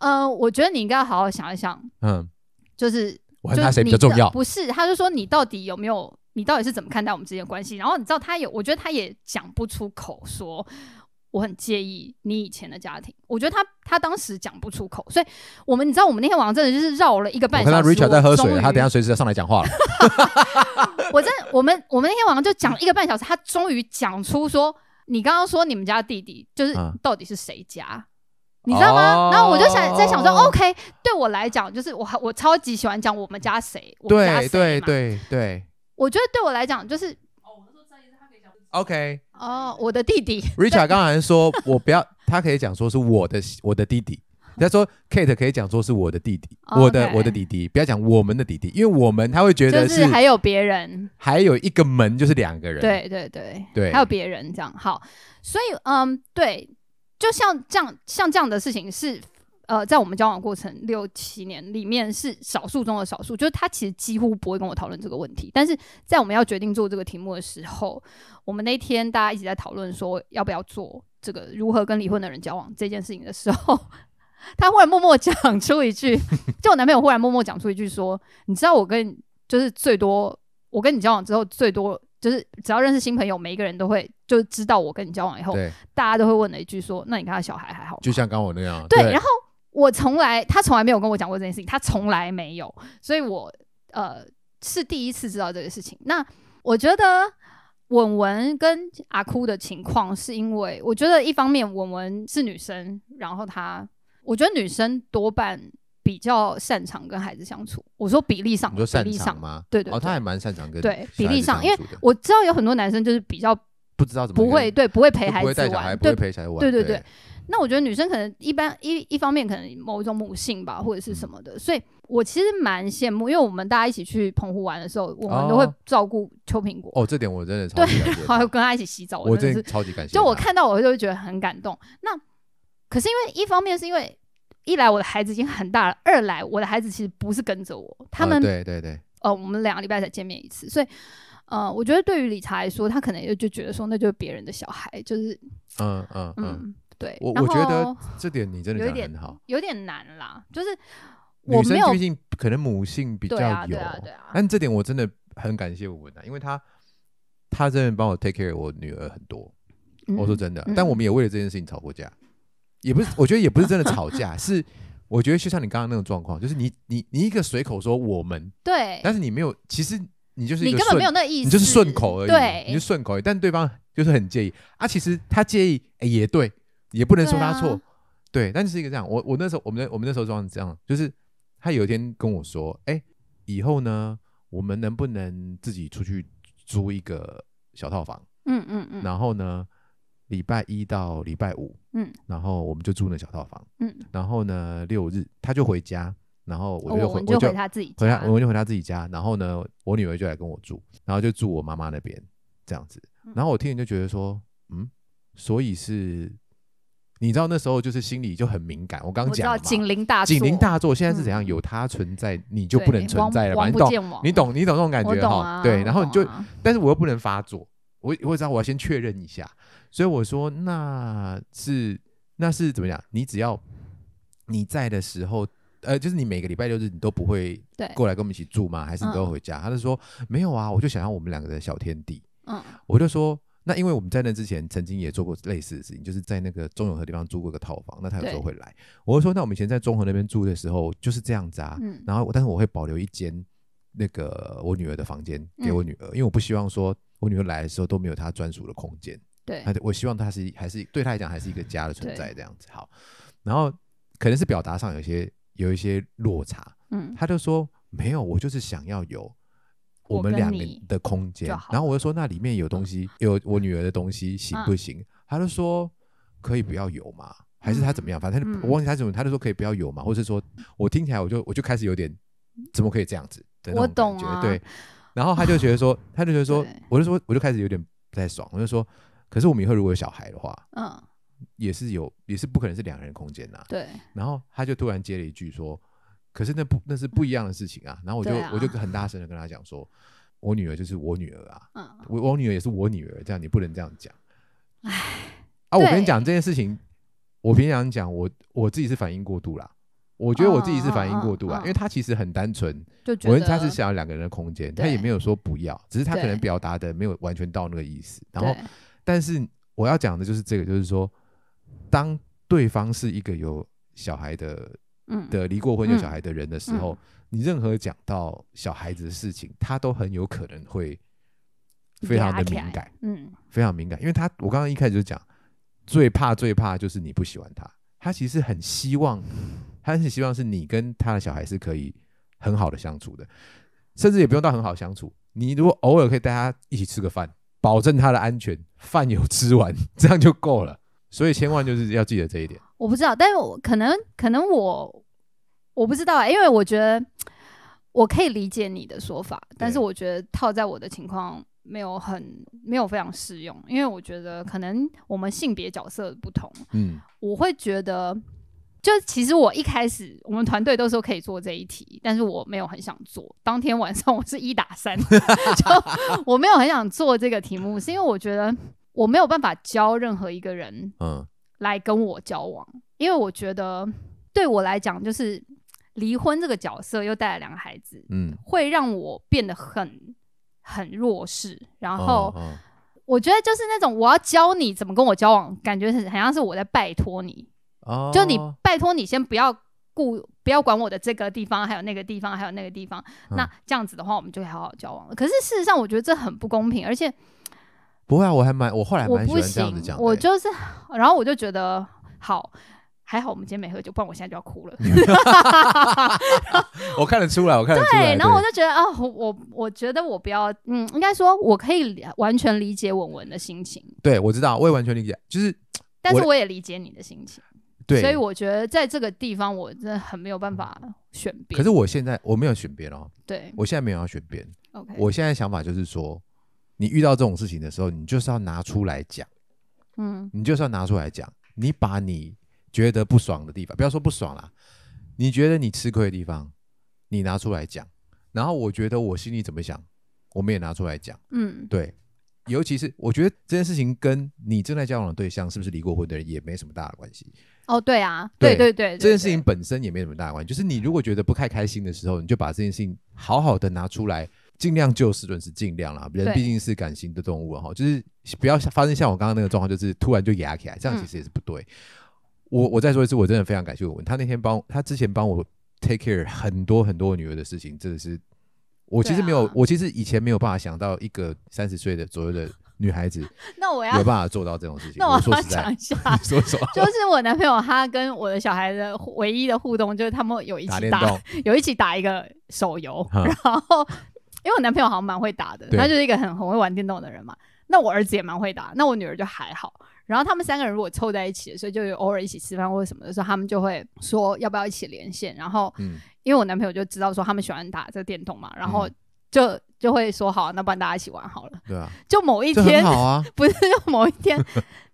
C: 呃，我觉得你应该好好想一想，
B: 嗯，
C: 就是
B: 我
C: 就
B: 和他谁比
C: 你
B: 较重
C: 的
B: 要？
C: 不是，他就说你到底有没有，你到底是怎么看待我们之间的关系？然后你知道他也，我觉得他也讲不出口说。我很介意你以前的家庭，我觉得他他当时讲不出口，所以我们你知道我们那天晚上真的就是绕了一个
B: 我
C: 半
B: 看
C: 小
B: 到
C: 时。
B: Richard 在喝水
C: 我
B: 了，
C: 终
B: 他等一
C: 于
B: 下随时要上来讲话 了。
C: 我真的我们我们那天晚上就讲了一个半小时，他终于讲出说你刚刚说你们家弟弟就是
B: 嗯
C: 到底是谁家。你知道吗
B: 哦
C: 然后我就想在想说，OK，对我来讲，就是我我超级喜欢讲我们家谁，我们家
B: 对
C: 谁
B: 对
C: 嘛
B: 对对
C: 我觉得对我来讲就是
B: ，OK，Richard
C: 哦，我的弟弟
B: 刚才说我不要，他可以讲说是我的我的弟弟。他说：“Kate 可以讲说是我的弟弟，
C: 哦
B: 我的
C: OK
B: 我的弟弟，不要讲我们的弟弟，因为我们他会觉
C: 就
B: 得
C: 是还有别人，
B: 还有一个门就是两个人，，
C: 对对对
B: 对
C: 还有别人这样好，所以嗯，对，就像这样像这样的事情是。呃，在我们交往过程六七年里面是少数中的少数，就是他其实几乎不会跟我讨论这个问题。但是在我们要决定做这个题目的时候，我们那天大家一起在讨论说要不要做这个如何跟离婚的人交往这件事情的时候， 他忽然默默讲出一句，就我男朋友忽然默默讲出一句说：“你知道我跟你就是最多，我跟你交往之后最多就是只要认识新朋友，每一个人都会就是知道我跟你交往以后，
B: 对，
C: 大家都会问的一句说：那你跟他小孩还好吗？
B: 就像刚刚我那样，
C: 对，然后我从来他从来没有跟我讲过这件事情，他从来没有，所以我呃是第一次知道这个事情。那我觉得文文跟阿哭的情况，是因为我觉得一方面文文是女生，然后她我觉得女生多半比较擅长跟孩子相处。我说比例上，
B: 你说擅
C: 比例
B: 长
C: 上，
B: 吗？
C: 对对
B: 哦，他
C: 对
B: 还蛮擅长跟
C: 对
B: 小
C: 比
B: 孩
C: 例
B: 子
C: 上，因为
B: 相处的
C: 我知道有很多男生就是比较
B: 不知道怎么
C: 不会
B: 跟
C: 对不会
B: 就
C: 陪孩
B: 不会
C: 子
B: 带小孩，
C: 玩，
B: 不会
C: 对
B: 陪小孩玩，
C: 对
B: 对
C: 对对那我觉得女生可能一般一一方面可能某一种母性吧，或者
B: 嗯
C: 是什么的，所以我其实蛮羡慕，因为我们大家一起去澎湖玩的时候，我们都会
B: 哦
C: 照顾秋苹果，
B: 哦，这点我真的超 级感谢
C: 还有
B: 他，
C: 跟她一起洗澡，
B: 我
C: 真
B: 真
C: 的
B: 的
C: 是，
B: 超级感谢他。
C: 就我看到我就会觉得很感动。那可是因为一方面是因为一来我的孩子已经很大了，二来我的孩子其实不是跟着我，他
B: 啊
C: 们、
B: 对对对，
C: 呃我们两个礼拜才见面一次，所以呃我觉得对于理查来说，他可能就就觉得说那就是别人的小孩，就是
B: 嗯嗯嗯，
C: 嗯对，
B: 我
C: 然
B: 我觉得
C: 后
B: 这点你真的
C: 嗯有一
B: 讲得
C: 点
B: 很好。
C: 有点难啦，就是我
B: 女
C: 没
B: 生
C: 有
B: 毕竟可能母性比
C: 对
B: 较
C: 啊
B: 有
C: 对啊对，啊，
B: 但这点我真的很感谢文文啊，因为他他真的帮我 take care 我女儿很多。我说
C: 嗯
B: 真的，
C: 嗯
B: 但我们也为了这件事情吵过架，也不是，我觉得也不是真的吵架， 是我觉得就像你刚刚那种状况，就是你你你一个随口说我们，
C: 对，
B: 但是你没有，其实你就是
C: 你
B: 一个
C: 根本
B: 顺
C: 没有，那个意思，
B: 你就是顺口而已，
C: 对，
B: 你就顺口而已，但对方就是很介意啊。其实他介意，哎、也对，也不能说
C: 对啊
B: 他错，对，但是一个这样，我我那时候我们那我们那时候状况是这样，就是他有一天跟我说，哎、以后呢，我们能不能自己出去租一个小套房？
C: 嗯嗯嗯，
B: 然后呢，礼拜一到礼拜五，
C: 嗯，
B: 然后我们就住那小套房，
C: 嗯，
B: 然后呢，六日他就回家，然后我就
C: 哦我
B: 回，
C: 们
B: 我
C: 就
B: 就
C: 回他自己
B: 回
C: 家
B: 他，我就回他自己家，然后呢，我女儿就来跟我住，然后就住我妈妈那边这样子，
C: 嗯
B: 然后我听人就觉得说，嗯，所以是，你知道那时候就是心里就很敏感，我刚
C: 我知
B: 讲
C: 道
B: 了
C: 警
B: 嘛，
C: 铃大
B: 警铃
C: 作
B: 大作现在是怎样，
C: 嗯
B: 有它存在，你就不
C: 对
B: 能存
C: 王
B: 在了嘛，
C: 王
B: 你
C: 不
B: 懂，
C: 见王
B: 你懂，你懂那种感
C: 我
B: 觉
C: 懂
B: 哈
C: 啊，
B: 对，
C: 我
B: 然后你
C: 懂
B: 就
C: 啊
B: 但是我又不能发作，我我也知道我要先确认一下，所以我说那是那是怎么讲？你只要你在的时候，呃，就是你每个礼拜六日你都不会
C: 对
B: 过来跟我们一起住吗？还是你都要
C: 嗯
B: 回家？他就说没有啊，我就想要我们两个的小天地。
C: 嗯
B: 我就说那因为我们在那之前曾经也做过类似的事情，就是在那个中永和地方租过一个套房，那他有时候
C: 对
B: 会来，我就说那我们以前在中和那边住的时候就是这样子啊，
C: 嗯
B: 然后但是我会保留一间那个我女儿的房间给
C: 嗯
B: 我女儿，因为我不希望说我女儿来的时候都没有她专属的空间，
C: 对
B: 她的我希望她是还是对她来讲还是一个家的存
C: 对
B: 在这样子。好，然后可能是表达上有一些有一些落差，
C: 嗯
B: 她就说没有，我就是想要有。
C: 我
B: 我们
C: 跟
B: 两个
C: 你
B: 的空间
C: 就，好嗯
B: 然后我就说那里面有东西，有我女儿的东西行不行？她就说可以不要有嘛，还是她怎么样？反正她就
C: 嗯
B: 我忘记她怎么，她就说可以不要有嘛，或是说我听起来我就我就开始有点怎么可以这样子的那
C: 我
B: 种
C: 懂
B: 感觉
C: 啊
B: 对，然后他就觉得说，他就觉得 说
C: 对，
B: 我就说，我就开始有点不太爽，我就说，可是我们以后如果有小孩的话，
C: 嗯，
B: 也是有，也是不可能是两人空间呐、啊
C: 对，
B: 然后他就突然接了一句说：“可是那不那是不一样的事情啊。”然后我就、
C: 对啊
B: 我就很大声的跟他讲说：“我女儿就是我女儿啊，
C: 嗯，
B: 我我女儿也是我女儿，这样你不能这样讲。”啊，我跟你
C: 对
B: 讲这件事情，我平常讲我我自己是反应过度啦，我觉得我自己是反应过度
C: 嗯
B: 啊，
C: 嗯嗯
B: 因为他其实很单纯，
C: 就觉
B: 我
C: 得
B: 跟他是想要两个人的空间，他
C: 对
B: 也没有说不要，只是他可能
C: 对
B: 表达的没有完全到那个意思，然后
C: 对
B: 但是我要讲的就是这个，就是说，当对方是一个有小孩的
C: 嗯
B: 的离过婚有小孩的人的时候，
C: 嗯
B: 你任何讲到小孩子的事情，他都很有可能会非常的敏
C: 压起
B: 感
C: 来，嗯，
B: 非常敏感，因为他我刚刚一开始就讲，最怕最怕就是你不喜欢他，他其实很希望，他很希望是你跟他的小孩是可以很好的相处的，甚至也不用到很好相处，你如果偶尔可以带他一起吃个饭，保证他的安全，饭有吃完， 这样就够了。所以千万就是要记得这一点，
C: 我不知道，但是我可能可能我我不知道、啊，因为我觉得我可以理解你的说法，但是我觉得套在我的情况没有很没有非常适用，因为我觉得可能我们性别角色不同，
B: 嗯，
C: 我会觉得。就其实我一开始我们团队都说可以做这一题，但是我没有很想做。当天晚上我是一打三， 就我没有很想做这个题目，是因为我觉得我没有办法教任何一个人
B: 嗯
C: 来跟我交往，因为我觉得对我来讲，就是离婚这个角色又带了两个孩子，
B: 嗯，
C: 会让我变得很很弱势。然后
B: 哦哦
C: 我觉得就是那种我要教你怎么跟我交往，感觉很很像是我在拜托你，
B: 哦
C: 就你拜托你先不要顾。不要管我的这个地方，还有那个地方，还有那个地方。
B: 嗯
C: 那这样子的话，我们就会好好交往了。可是事实上，我觉得这很不公平，而且
B: 不会啊，我还蛮我后来
C: 我
B: 蛮喜
C: 不
B: 欢这样子
C: 行
B: 讲，的
C: 我
B: 欸
C: 就是，然后我就觉得好，还好我们今天没喝酒，不然我现在就要哭
B: 嗯
C: 了。
B: 我看得出来，我看得出来。
C: 对，然后我就觉得啊、我我我觉得我不要，嗯，应该说我可以理完全理解文文的心情，
B: 对我知道，我也完全理解，就是
C: 但是
B: 我
C: 我也理解你的心情，
B: 对。
C: 所以我觉得在这个地方我真的很没有办法选边。
B: 嗯可是我现在我没有选边哦，
C: 对
B: 我现在没有要选边，
C: ，OK，
B: 我现在想法就是说，你遇到这种事情的时候，你就是要拿出来讲，
C: 嗯
B: 你就是要拿出来讲，你把你觉得不爽的地方，不要说不爽啦，你觉得你吃亏的地方，你拿出来讲，然后我觉得我心里怎么想，我们也拿出来讲。
C: 嗯，
B: 对，尤其是我觉得这件事情跟你正在交往的对象是不是离过婚的人也没什么大的关系，
C: 哦，对啊，
B: 对
C: 对对，
B: 这件事情
C: 对
B: 本身也没什么大的关系。就是你如果觉得不太开心的时候，你就把这件事情好好的拿出来，尽量就事论事，尽量啦。人
C: 对
B: 毕竟是感情的动物啊哈，就是不要像发生像我刚刚那个状况，就是突然就压起来，这样其实也是不对。我我再说一次，我真的非常感谢文文，他那天帮他之前帮我 take care 很多很多我女儿的事情，真的是我其实
C: 对啊
B: 没有，我其实以前没有办法想到一个三十岁的左右的女 孩子
C: 那我要
B: 有办法做到这种事情。
C: 哎那我
B: 说
C: 要
B: 实在
C: 讲，一 下，
B: 你说实话，
C: 就是我男朋友他跟我的小孩的互唯一的互动就是他们有一
B: 打
C: 起
B: 电
C: 打
B: 动，
C: 有一起打一个手游，
B: 嗯
C: 然后因为我男朋友好像蛮会打的，
B: 对
C: 他就是一个很很会玩电动的人嘛。那我儿子也蛮会打，那我女儿就还好。然后他们三个人如果凑在一起，所以就有偶尔一起吃饭或者什么的时候，他们就会说要不要一起连线。然后
B: 嗯，
C: 因为我男朋友就知道说他们喜欢打这个电动嘛，然后
B: 嗯
C: 就、就会说好，那不然大家一起玩好了。
B: 对啊，
C: 就某一
B: 这很
C: 天，
B: 好啊。
C: 不是就某一 天，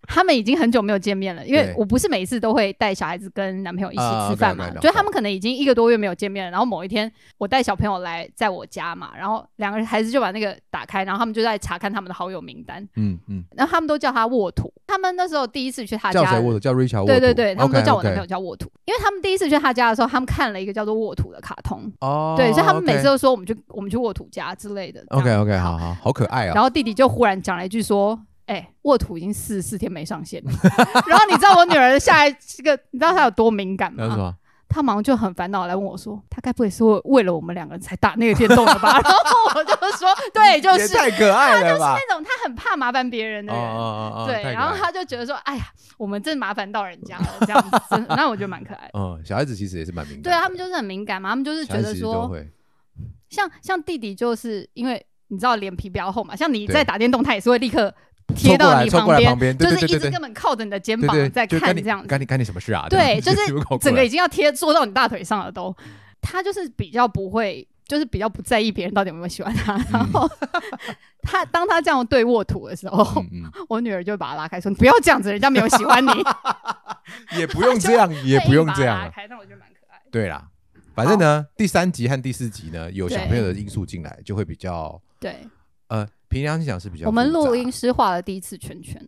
C: 他们已经很久没有见面了，因为
B: 对
C: 我不是每一次都会带小孩子跟男朋友一起
B: 啊
C: 吃饭嘛，
B: ，OK，OK，懂
C: 就是他们可能已经一个多月没有见面了，然后某一天我带小朋友来在我家嘛，然后两个孩子就把那个打开，然后他们就在查看他们的好友名单，
B: 嗯嗯，
C: 然后他们都叫他沃土，他们那时候第一次去他
B: 叫
C: 家
B: 谁沃土？叫 Richard 沃土？
C: 对对对，他们都叫我男
B: OK，OK
C: 朋友叫沃土因为他们第一次去他家的时候，他们看了一个叫做沃土的卡通，
B: 哦，
C: 对，所以他们每次都说我们去我们去沃土家之类的。这样
B: OK OK，好好好可爱
C: 然
B: 啊！
C: 后弟弟就忽然讲了一句说：“哎、沃土已经四十四天没上线了。” 然后你知道我女儿下来这个，你知道她有多敏感
B: 然后什
C: 吗？
B: 么？
C: 她马上就很烦恼地来问我说：“她该不会是为为了我们两个人才打那个电动的吧？” 然后我就说：“对，就
B: 也
C: 是
B: 太可爱了吧！
C: 那种她很怕麻烦别人的
B: 哦
C: 人。
B: 哦哦哦，
C: 对，
B: 太可
C: 然后
B: 爱
C: 她就觉得说：“哎呀，我们真麻烦到人家了，这样子。 真的”那我觉得蛮可爱的。
B: 嗯，小孩子其实也是蛮敏感的，
C: 对啊，他们就是很敏感嘛，他们就是觉
B: 小孩子
C: 得
B: 其实都
C: 说，
B: 会
C: 像像弟弟就是因为你知道脸皮比较厚嘛，像你
B: 对
C: 在打电动，他也是会立刻
B: 凑
C: 贴
B: 过
C: 到
B: 来
C: 你
B: 凑过来
C: 边
B: 旁，边，
C: 就
B: 对
C: 是
B: 对
C: 一
B: 对
C: 直
B: 对
C: 根本靠着你的肩
B: 对
C: 膀
B: 对，
C: 在
B: 就
C: 看
B: 干你
C: 这样子，
B: 干你干你什么事啊？
C: 对
B: 这
C: 就
B: 样
C: 是
B: 你们搞过
C: 整个
B: 来
C: 已经要贴坐到你大腿上了都。他就是比较不会，就是比较不在意别人到底有没有喜欢他。然后他当他这样对沃土的时候，
B: 嗯嗯，
C: 我女儿就会把他拉开，说：“你不要这样子，人家没有喜欢你。
B: 嗯 也不用这样， 也不用这样
C: 拉
B: 啊。
C: 开，但我觉得蛮可爱的。
B: 对啦，反正呢，第三集和第四集呢，有小朋友的因素进来，就会比较
C: 对
B: 呃，平常心讲是比较
C: 我们
B: 复杂
C: 录音师画了第一次圈圈，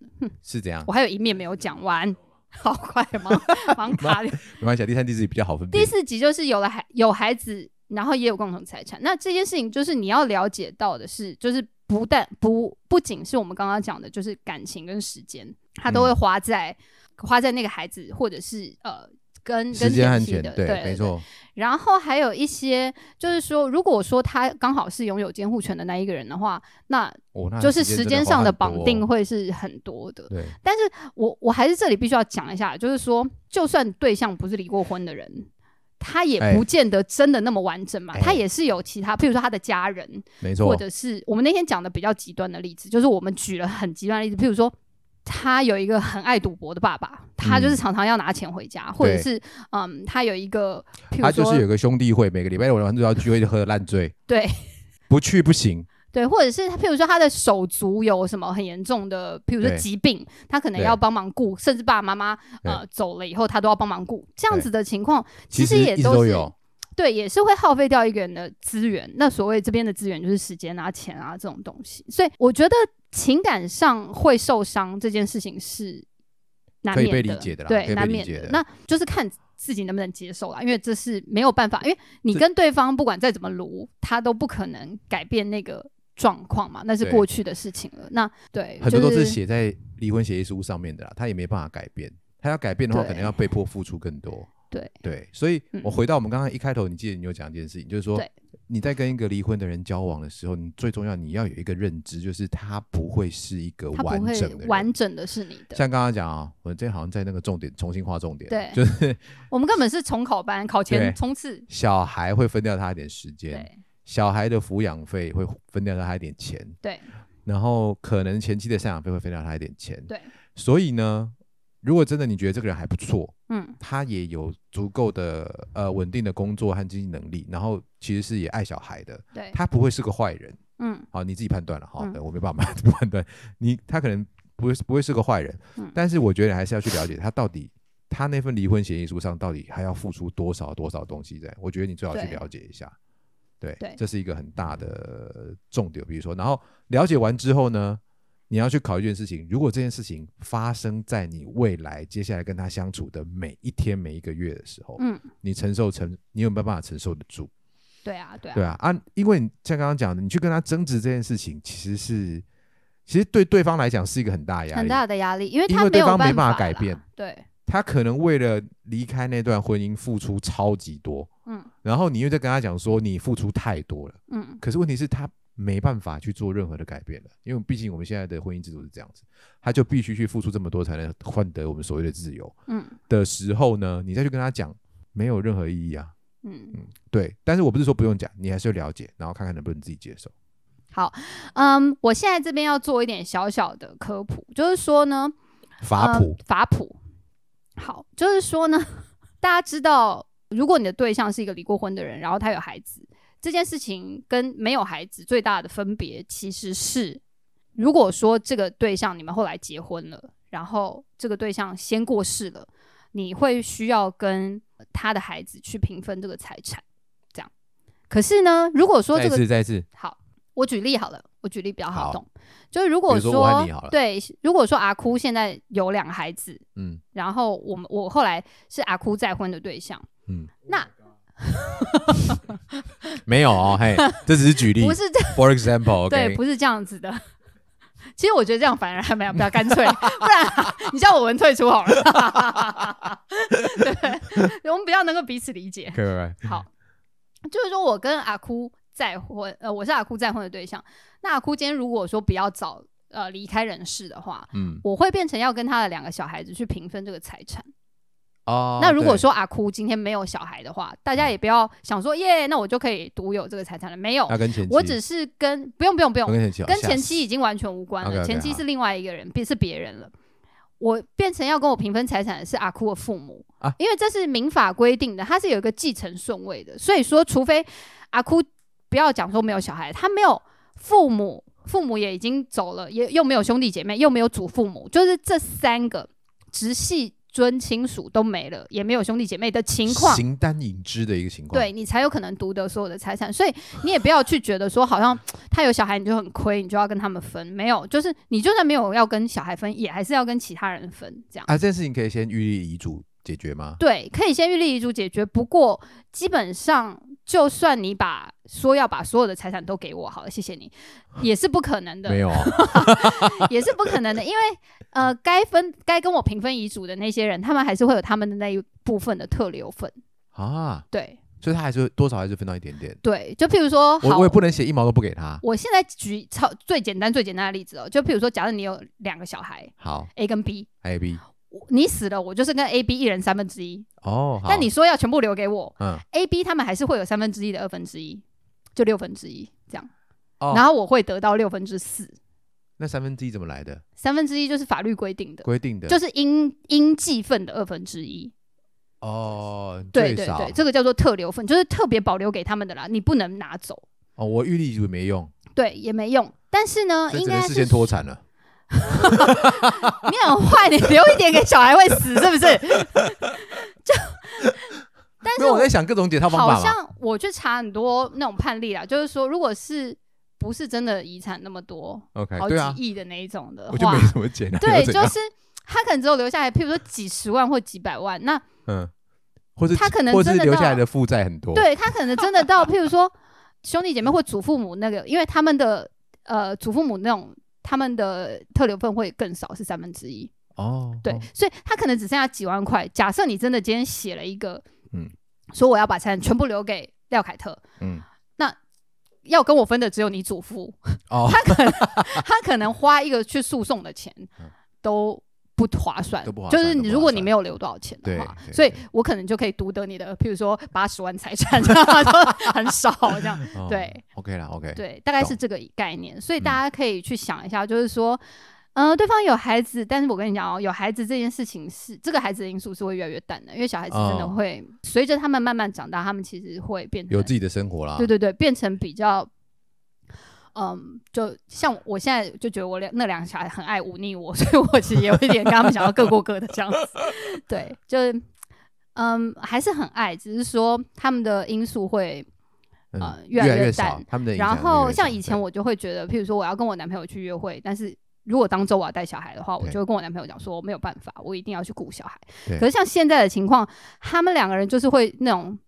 B: 是这样
C: 我，还有一面没有讲完，好快吗？ 忙卡掉。
B: 没关系啊，第三、第四集比较好分
C: 第
B: 辨。
C: 四集就是有了孩有孩子，然后也有共同财产。那这件事情就是你要了解到的是，就是不但不不仅是我们刚刚讲的，就是感情跟时间，它都
B: 嗯
C: 会花在、花在那个孩子，或者是呃跟
B: 时
C: 跟
B: 间和
C: 前妻
B: 钱
C: 的，
B: 对，没。错，
C: 然后还有一些就是说，如果说他刚好是拥有监护权的那一个人的话，那
B: 哦，那
C: 就是时
B: 时
C: 间
B: 间真的花
C: 上
B: 很
C: 的
B: 多哦
C: 绑定会是很多的。
B: 对，
C: 但是我我还是这里必须要讲一下，就是说，就算对象不是离过婚的人，他也
B: 哎
C: 不见得真的那么完整嘛，
B: 哎
C: 他也是有其他，譬如说他的家人，
B: 没错
C: 或，者是我们那天讲的比较极端的例子，就是我们举了很极端的例子，譬如说。他有一个很爱赌博的爸爸，他
B: 嗯
C: 就是常常要拿钱回家，或者是嗯，他有一个，譬如
B: 他就
C: 说
B: 是有个兄弟会，每个礼拜六晚上都要聚会，就喝得烂醉，
C: 对，
B: 不去不行。
C: 对，或者是他，譬如说他的手足有什么很严重的，譬如说
B: 对
C: 疾病，他可能
B: 对
C: 要帮忙顾，甚至爸爸妈妈呃
B: 对
C: 走了以后，他都要帮忙顾。这样
B: 对
C: 子的情况，
B: 其
C: 实也
B: 一直
C: 都
B: 都
C: 是
B: 有，
C: 对，也是会耗费掉一个人的资源。那所谓这边的资源就是时间啊、钱啊这种东西。所以我觉得情感上会受伤这件事情是难
B: 可以
C: 免的，
B: 被理解的啦可以
C: 对，
B: 被
C: 难
B: 理
C: 免
B: 解的
C: 那就是看自己能不能接受啦，因为这是没有办法，因为你
B: 这
C: 跟对方不管再怎么撸，他都不可能改变那个状况嘛，那是
B: 对
C: 过去的事情了。那对，
B: 很多
C: 就
B: 都是写在离婚协议书上面的啦，他也没办法改变。他要改变的话，
C: 对
B: 可能要被迫付出更多。
C: 对
B: 对，所以
C: 嗯
B: 我回到我们刚刚一开头，你记得你有讲一件事情，就是说
C: 对
B: 你在跟一个离婚的人交往的时候，你最重要你要有一个认知，就是他不会是一个
C: 他
B: 完
C: 不
B: 整
C: 会
B: 的人。
C: 完整的是你的，
B: 像刚刚讲啊，我这好像在那个重点重新划重点，
C: 对
B: 就是
C: 我们根本是重考班，考
B: 对
C: 前冲刺，
B: 小孩会分掉他一点时间，
C: 对
B: 小孩的抚养费会分掉他一点钱，
C: 对
B: 然后可能前期的赡养费会分掉他一点钱，
C: 对，
B: 所以呢，如果真的你觉得这个人还不错，
C: 嗯，
B: 他也有足够的呃稳定的工作和经济能力，然后其实是也爱小孩的，
C: 对，
B: 他不会是个坏人。
C: 嗯
B: 好，你自己判断了哈，
C: 嗯
B: 对我没办法 判断。你他可能不会不会是个坏人，
C: 嗯
B: 但是我觉得还是要去了解他到底他那份离婚协议书上到底还要付出多少多少东西在。我觉得你最好去
C: 对
B: 了解一下。对，
C: 对
B: 这是一个很大的重点。比如说，然后了解完之后呢，你要去考虑一件事情：如果这件事情发生在你未来接下来跟他相处的每一天、每一个月的时候，
C: 嗯，
B: 你承受承，你有没有办法承受得住？
C: 对啊对啊
B: 对，啊，啊，因为你像刚刚讲的，你去跟他争执这件事情，其实是，其实对对方来讲是一个很大的压力。
C: 很大的压力，因为
B: 因
C: 他
B: 为对
C: 有
B: 方没
C: 办
B: 办
C: 法
B: 法改
C: 啦
B: 变，
C: 对，
B: 他可能为了离开那段婚姻付出超级多，
C: 嗯
B: 然后你又在跟他讲说你付出太多了，
C: 嗯，
B: 可是问题是他没办法去做任何的改变了，因为毕竟我们现在的婚姻制度是这样子，他就必须去付出这么多才能换得我们所谓的自由
C: 嗯
B: 的时候呢，你再去跟他讲没有任何意义啊。
C: 嗯
B: 对，但是我不是说不用讲，你还是要了解，然后看看能不能自己接受。
C: 嗯，我现在这边要做一点小小的科普，就是说呢，
B: 法普
C: 嗯，法普，好，就是说呢， 大家知道，如果你的对象是一个离过婚的人，然后他有孩子，这件事情跟没有孩子最大的分别其实是，如果说这个对象你们后来结婚了，然后这个对象先过世了，你会需要跟他的孩子去平分这个财产，这样。可是呢，如果说
B: 再
C: 这
B: 一
C: 个
B: 次，再一次，
C: 好，我举例好了，我举例比较好
B: 好
C: 懂。就是如果
B: 比如说我和你好了
C: 对，如果说阿哭现在有两个孩子，
B: 嗯，
C: 然后我们我后来是阿哭再婚的对象，
B: 嗯，
C: 那
B: 没有哦， 嘿，这只是举例
C: 不是这
B: For example，OK，、
C: 对，不是这样子的。 其实我觉得这样反而还蛮比较干脆，不然、你叫我们退出好了。 对，我们比较能够彼此理解。
B: 可以可以
C: 好，就是说我跟阿哭再婚，呃，我是阿哭再婚的对象。那阿哭今天如果说比较早呃离开人世的话，
B: 嗯，
C: 我会变成要跟他的两个小孩子去平分这个财产。
B: 哦，
C: 那如果
B: 对，嗯
C: 说阿哭今天没有小孩的话，大家也不要想说耶，那我就可以独有这个财产了。没有
B: 那，跟前妻，
C: 我只是跟不用不用不
B: 我
C: 用，
B: 跟前妻哦，
C: 跟
B: 吓
C: 前
B: 死
C: 妻已经完全无关了，
B: OK，OK，
C: 前妻
B: 好
C: 是另外一个人，别是别人了。我变成要跟我平分财产的是阿哭的父母
B: 啊
C: 因为这是民法规定的，它是有一个继承顺位的，所以说，除非阿哭不要讲说没有小孩，他没有父母，父母也已经走了，也又没有兄弟姐妹，又没有祖父母，就是这三个直系尊亲属都没了，也没有兄弟姐妹的情况，
B: 形单影只的一个情况。
C: 对，你才有可能独得所有的财产。所以你也不要去觉得说，好像他有小孩你就很亏，你就要跟他们分。没有，就是你就算没有要跟小孩分，也还是要跟其他人分。这样、
B: 啊，这件事情可以先预立遗嘱解决吗？
C: 对，可以先预立遗嘱解决。不过基本上，就算你把说要把所有的财产都给我，好了，谢谢你，也是不可能的。
B: 没有啊，
C: 也是不可能的，因为呃，该分该跟我平分遗嘱的那些人，他们还是会有他们的那一部分的特留份。
B: 啊，
C: 对
B: 所以他还是多少还是分到一点点。
C: 对，就譬如说，
B: 我
C: 好，
B: 我也不能写一毛都不给他。
C: 我现在举超最简单最简单的例子哦，就譬如说，假设你有两个小孩
B: 好
C: A 跟 B，
B: ，A B
C: 我你死了，我就是跟 A、B 一人三分之一，
B: 哦，好
C: 但你说要全部留给我
B: 嗯，
C: ，A、B 他们还是会有三分之一的二分之一，就六分之一这样，
B: 哦
C: 然后我会得到六分之四，
B: 那三分之一怎么来的？
C: 三分之一就是法律规定的，
B: 规定的
C: 就是应应计分的二分之一。
B: 哦，
C: 对
B: 最
C: 对
B: 少
C: 对，这个叫做特留份，就是特别保留给他们的啦，你不能拿走，
B: 哦，我预立遗嘱没用，
C: 对，也没用。但是呢，
B: 所
C: 哦
B: 以
C: 应
B: 只能
C: 该
B: 事
C: 是
B: 先脱产了。
C: 你很坏，你留一点给小孩会死，是不是？
B: 但是我在想各种解套方
C: 好
B: 法嘛。
C: 像我去查很多那种判例啦，就是说，如果是不是真的遗产那么多，
B: OK，
C: 好
B: 对啊
C: 几，亿的那一种的
B: 我就
C: 话
B: 没， 什么解，那
C: 对，
B: 又怎样
C: 就是他可能只有留下来，譬如说几十万或几百万，那
B: 嗯，或是
C: 他可能
B: 或
C: 真
B: 是
C: 的
B: 留
C: 到
B: 下来的负债很多。
C: 对他可能真的到， 譬如说兄弟姐妹或祖父母那个，因为他们的呃祖父母那种他们的特留份会更少，是三分之一。
B: 哦，
C: 对，
B: 哦
C: 所以他可能只剩下几万块。假设你真的今天写了一个，
B: 嗯
C: 说我要把财产全部留给廖凯特，
B: 嗯，
C: 要跟我分的只有你祖 父，
B: 哦，
C: 他可能花一个去诉讼的钱
B: 嗯
C: 都。不划算，
B: 都不划
C: 就
B: 算
C: 是
B: 都
C: 你
B: 不
C: 如
B: 划
C: 果你
B: 算
C: 没有留多少钱的
B: 对
C: 话，
B: 对
C: 所以
B: 对
C: 我可能就可以独得你的，譬如说八十万财产， 这样就很少这样。
B: 哦
C: 对
B: ，OK 啦，OK，
C: 对，大概是
B: 懂
C: 这个概念，所以
B: 嗯
C: 大家可以去想一下，就是说，呃，对方有孩子，但是我跟你讲哦，有孩子这件事情是这个孩子的因素是会越来越淡的，因为小孩子真的
B: 哦
C: 会随着他们慢慢长大，他们其实会变成
B: 有自己的生活啦。
C: 对对对，变成比较。嗯，就像我现在就觉得我两那两个小孩很爱忤逆我， 所以我其实也有一点跟他们想要各过各的这样子。对，就是嗯，还是很爱，只是说他们的因素会
B: 嗯
C: 呃越
B: 越
C: 来越
B: 越少
C: 淡，
B: 他们的影响
C: 然
B: 会越来
C: 后
B: 越
C: 像
B: 少
C: 以前
B: 对
C: 我就会觉得，譬如说我要跟我男朋友去约会，但是如果当周我要带小孩的话，我
B: 对
C: 就会跟我男朋友讲说没有办法，我一定要去顾小孩
B: 对。
C: 可是像现在的情况，他们两个人就是会那种，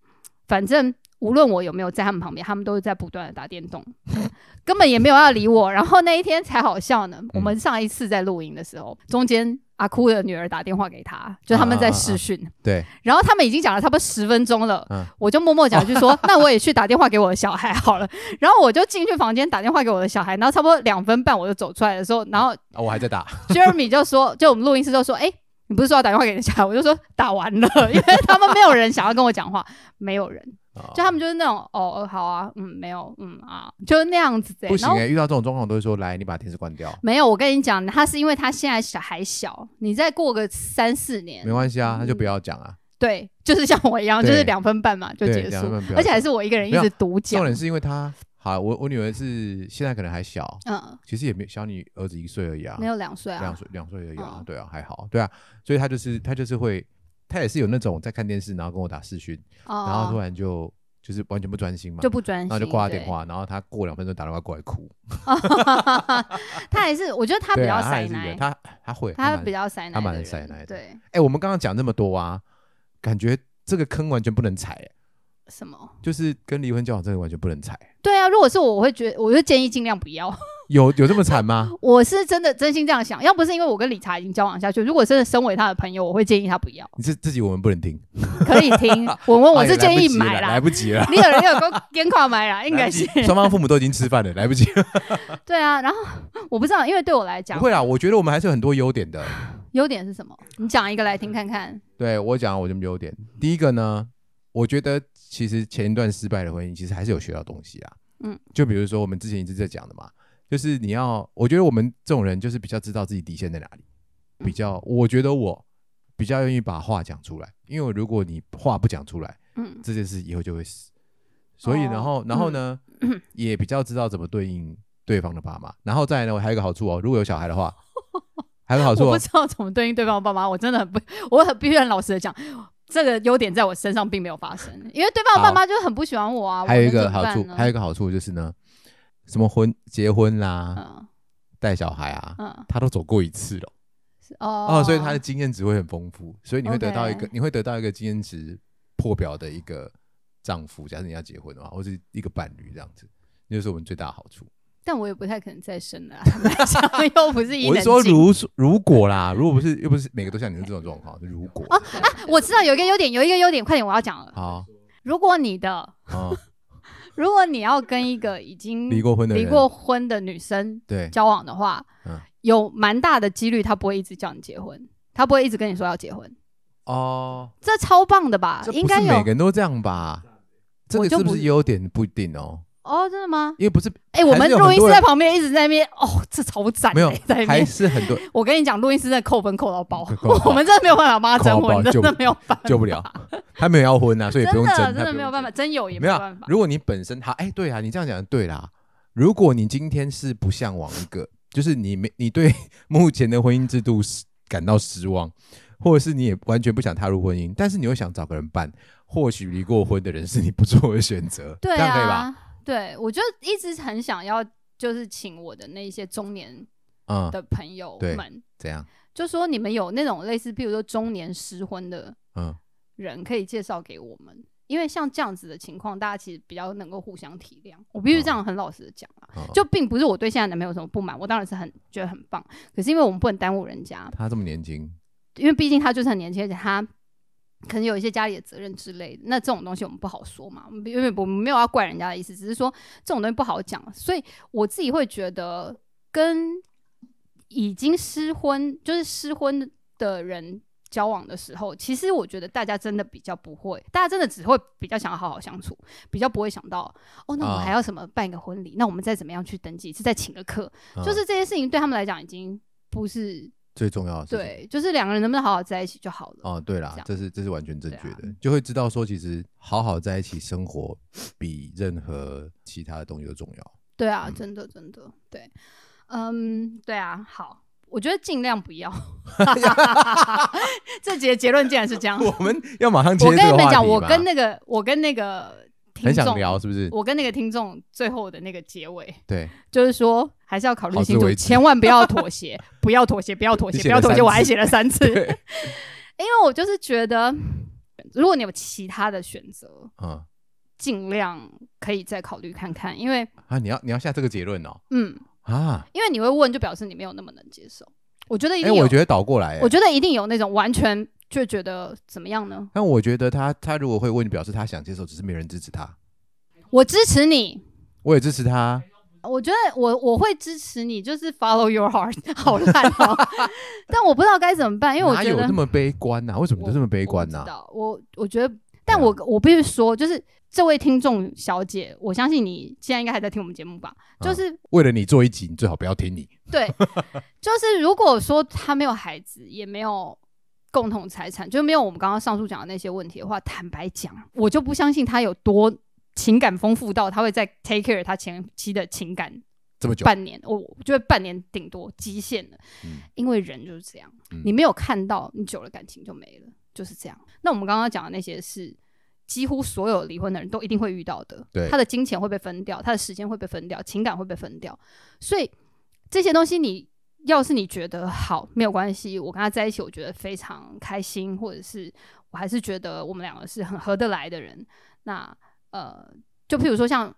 C: 反正无论我有没有在他们旁边，他们都是在不断的打电动， 根本也没有要理我。然后那一天才好笑呢，
B: 嗯
C: 我们上一次在录音的时候，中间阿哭的女儿打电话给他，就他们在
B: 啊啊啊
C: 视讯，
B: 对
C: 然后他们已经讲了差不多十分钟了，
B: 嗯
C: 我就默默讲一句 说，那我也去打电话给我的小孩好了。 然后我就进去房间打电话给我的小孩，然后差不多两分半我就走出来的时候，然后
B: 啊，我还在打，
C: Jeremy 就说， 就我们录音师就说，哎、你不是说要打电话给你的小孩？我就说打完了， 因为他们没有人想要跟我讲话，没有人，
B: 哦
C: 就他们就是那种哦哦好啊，嗯没有嗯啊，就是那样子、欸。
B: 不行
C: 然后
B: 哎，遇到这种状况都会说来，你把电视关掉，
C: 没有，我跟你讲，他是因为他现在小还小，你再过个三四年
B: 没，关系啊，他
C: 嗯
B: 就不要讲啊。
C: 对，就是像我一样，就
B: 对
C: 是两分半嘛就
B: 对
C: 结
B: 两
C: 束
B: 分半不，要
C: 而且还是我一个人一
B: 没
C: 直
B: 有
C: 独
B: 重
C: 讲。
B: 点是因为他，好，我我女儿是现在可能还小，
C: 嗯，
B: 其实也没小你儿子一岁而已啊，
C: 没有两岁
B: 啊两
C: 啊，
B: 岁两岁而已啊
C: 嗯，
B: 对啊，还好，对啊，所以他就是他就是会，他也是有那种在看电视，然后跟我打视讯，然后突
C: 哦，
B: 然就就是完全不专心嘛
C: 就，不专心，
B: 然后就挂了
C: 对
B: 电。话，然后他过两分钟打电话过来哭，
C: 他还是，我觉得他比
B: 对
C: 较
B: 啊，他
C: 塞
B: 还是
C: 奶
B: 有，他他会，
C: 他
B: 蛮
C: 比较塞奶的人，
B: 他蛮塞奶的
C: 对，
B: 哎、我们刚刚讲那么多啊，感觉这个坑完全不能踩、欸，
C: 什 么？
B: 就是跟离婚交往这个完全不能踩。
C: 对啊，如果是我，我会觉得，我就建议尽量不要。
B: 有有这么惨吗？
C: 我是真的真心这样想，要不是因为我跟理查已经交往下去，如果真的身为他的朋友，我会建议他不要。
B: 你这自己我们不能听，
C: 可以 听，文文，哦我
B: 哎
C: 是
B: 呀来
C: 建
B: 不
C: 议
B: 及了
C: 买
B: 来
C: 啦。
B: 不及了，
C: 你有人有 跟跟跨买啦，应该是
B: 来不及双方父母都已经吃饭了，来不及了。
C: 对啊。然后 我不知道，因为对我来
B: 不
C: 讲，
B: 会啦，啊我觉得我们还是有很多优点 的。
C: 优点是什么？你讲一个来听看看。
B: 对我讲我的优点，
C: 嗯
B: 第一个呢，我觉得其实前一段失败的婚姻，其实还是有学到东西啦。
C: 嗯
B: 嗯，就比如说我们之前一直在讲的嘛，就是你要，我觉得我们这种人就是比较知道自己底线在哪里。
C: 嗯
B: 比较，我觉得我比较愿意把话讲出来，因为如果你话不讲出来，
C: 嗯，
B: 这件事以后就会死。所以，
C: 哦嗯
B: 然后，然后呢，也比较知道怎么对应对方的爸妈。然后再来呢，我还有一个好处哦，如果有小孩 的话，还有个好处
C: 我
B: 哦
C: 不，知道怎么对应对方的爸妈，我真的很不，我很必须很老实的讲，这个优点在我身上并没有发生，因为对方的爸妈就很不喜欢我啊。
B: 还有一
C: 我
B: 个
C: 能怎么
B: 好
C: 办
B: 处，
C: 呢
B: 还有一个好处就是呢，什么婚结婚啦、
C: 嗯
B: 带小孩啊，
C: 嗯
B: 他都走过一次了
C: 哦
B: 哦，所以他的经验值会很丰富，所以你会得到一个
C: OK
B: 你会得到一个经验值破表的一个丈夫，假设你要结婚的话，或是一个伴侣这样子，那就是我们最大的好处。
C: 但我也不太可能再生了啊， 坦白讲又不是一
B: 我
C: 能
B: 是说，
C: 进
B: 如如果啦，如果不是又不是每个都像你是这种状况，就如果
C: 哦啊，我知道有一个优点，有一个优点，快点我要讲了。
B: 好
C: 如果你的，
B: 啊，
C: 如果你要跟一个已经
B: 离过婚的人，
C: 嗯离过婚的女生
B: 对
C: 交往的话，
B: 嗯
C: 有蛮大的几率她不会一直叫你结婚，她不会一直跟你说要结婚，
B: 哦，
C: 这超棒的吧
B: 这？
C: 啊应
B: 不是
C: 该
B: 每
C: 有
B: 个人都这样吧？这
C: 我
B: 个
C: 就是
B: 不
C: 不
B: 是优点不一定哦，
C: 哦，真的吗？
B: 因为不是
C: 哎、我
B: 还
C: 们
B: 是有
C: 录
B: 很
C: 音
B: 多
C: 师
B: 人
C: 在旁边一直在那边，哦，这超赞、欸，
B: 没有
C: 在那，
B: 还
C: 边。
B: 是很多
C: 我跟你讲，录音师在扣分扣到爆
B: 扣扣到，爆
C: 我们真的没有办法帮他
B: 扣到
C: 征
B: 爆
C: 婚，真的
B: 救不
C: 没有办法，
B: 救不了，他没有要婚啊，所以
C: 真
B: 不用
C: 的
B: 争，
C: 真
B: 他
C: 的
B: 不
C: 没有
B: 用
C: 办法，
B: 争
C: 真有也
B: 没
C: 没有
B: 有
C: 办
B: 啊
C: 法。。
B: 如果你本身他哎，对啊，你这样讲对啦。如果你今天是不向往一个，就是你没你对 目前的婚姻制度是感到失望，或者是你也完全不想踏入婚姻，但是你又想找个人伴，或许离过婚的人是你不错的选择，
C: 对
B: 这样可以吧？
C: 啊，对，我就一直很想要，就是请我的那一些中年
B: 嗯，
C: 的朋友
B: 对
C: 们，
B: 怎样？
C: 就说你们有那种类似，譬如说中年失婚的
B: 嗯，
C: 人，可以介绍给我们。因为像这样子的情况，大家其实比较能够互相体谅。我必须这样很老实的讲啊，
B: 嗯
C: 就并不是我对现在男朋友有什么不满，我当然是很觉得很棒。可是因为我们不能耽误人家，
B: 他这么年轻，
C: 因为毕竟他就是很年轻，而且他可能有一些家里的责任之类的。那这种东西我们不好说嘛，我们因为我们没有要怪人家的意思，只是说这种东西不好讲。所以我自己会觉得，跟已经失婚，就是失婚的人。交往的时候，其实我觉得大家真的比较不会，大家真的只会比较想要好好相处，比较不会想到哦，那我们
B: 啊
C: 还要什么办一个婚礼，那我们再怎么样去登记，是再请个客，
B: 嗯
C: 就是这些事情对他们来讲已经不是
B: 最重要的事情。
C: 对，就是两个人能不能好好在一起就好了。
B: 哦，对啦
C: 这，样
B: 这是这是完全正确的，
C: 对啊
B: 就会知道说，其实好好在一起生活比任何其他的东西都重要。
C: 对啊，
B: 嗯
C: 真的真的对，嗯，对啊，好，我觉得尽量不 要。 这节结论竟然是这样。 我
B: 我们要马上接
C: 跟
B: 这
C: 你
B: 个
C: 们
B: 话
C: 讲，
B: 题
C: 我
B: 吧
C: 跟那个我跟那个听
B: 很想
C: 众，
B: 聊，是不是？
C: 我跟那个听众最后的那个结尾，
B: 对，
C: 就是说还是要考虑
B: 好自
C: 清楚，
B: 为之
C: 千万不要妥协，不要妥协，不要妥
B: 你
C: 协，
B: 写
C: 不要
B: 了
C: 妥协。
B: 三
C: 我还
B: 次
C: 写了三次， 因
B: 对，
C: 为我就是觉得，如果你有其他的选择，
B: 嗯，
C: 尽量可以再考虑看看，因为
B: 啊，你要你要下这个结论哦，
C: 嗯，
B: 啊，
C: 因为你会问，就表示你没有那么能接受。我觉得一
B: 哎、
C: 定有，
B: 我觉得倒过来、
C: 我
B: 欸，
C: 觉得一定有那种完全就觉得怎么样呢？
B: 但我觉得他他如果会问，表示他想接受，只是没人支持他。
C: 我支持你，
B: 我也支持他，
C: 我觉得我我会支持你，就是 follow your heart，好 烂哦、但我不知道该怎么办，因哎为我
B: 哪
C: 觉
B: 有
C: 得
B: 这么悲观呐、为什么你都这么悲观
C: 我不
B: 啊呐、
C: 知道我我觉得，但我我必须说，就是这位听众小姐，我相信你现在应该还在听我们节目吧？就
B: 嗯
C: 是
B: 为了你做一集，你最好不要听你。
C: 对，就是如果说他没有孩子，也没有共同财产，就没有我们刚刚上述讲的那些问题的话，坦白讲，我就不相信他有多情感丰富到他会再 take care 他前妻的情感
B: 这么久，
C: 半年，我我觉得半年顶多极限了，
B: 嗯
C: 因为人就是这样，
B: 嗯
C: 你没有看到，你久了感情就没了，就是这样。那我们刚刚讲的那些是。几乎所有离婚的人都一定会遇到的，
B: 对
C: 他的金钱会被分掉，他的时间会被分掉，情感会被分掉，所以这些东西你要是你觉得好没有关系，我跟他在一起，我觉得非常开心，或者是我还是觉得我们两个是很合得来的人。那呃，就譬如说像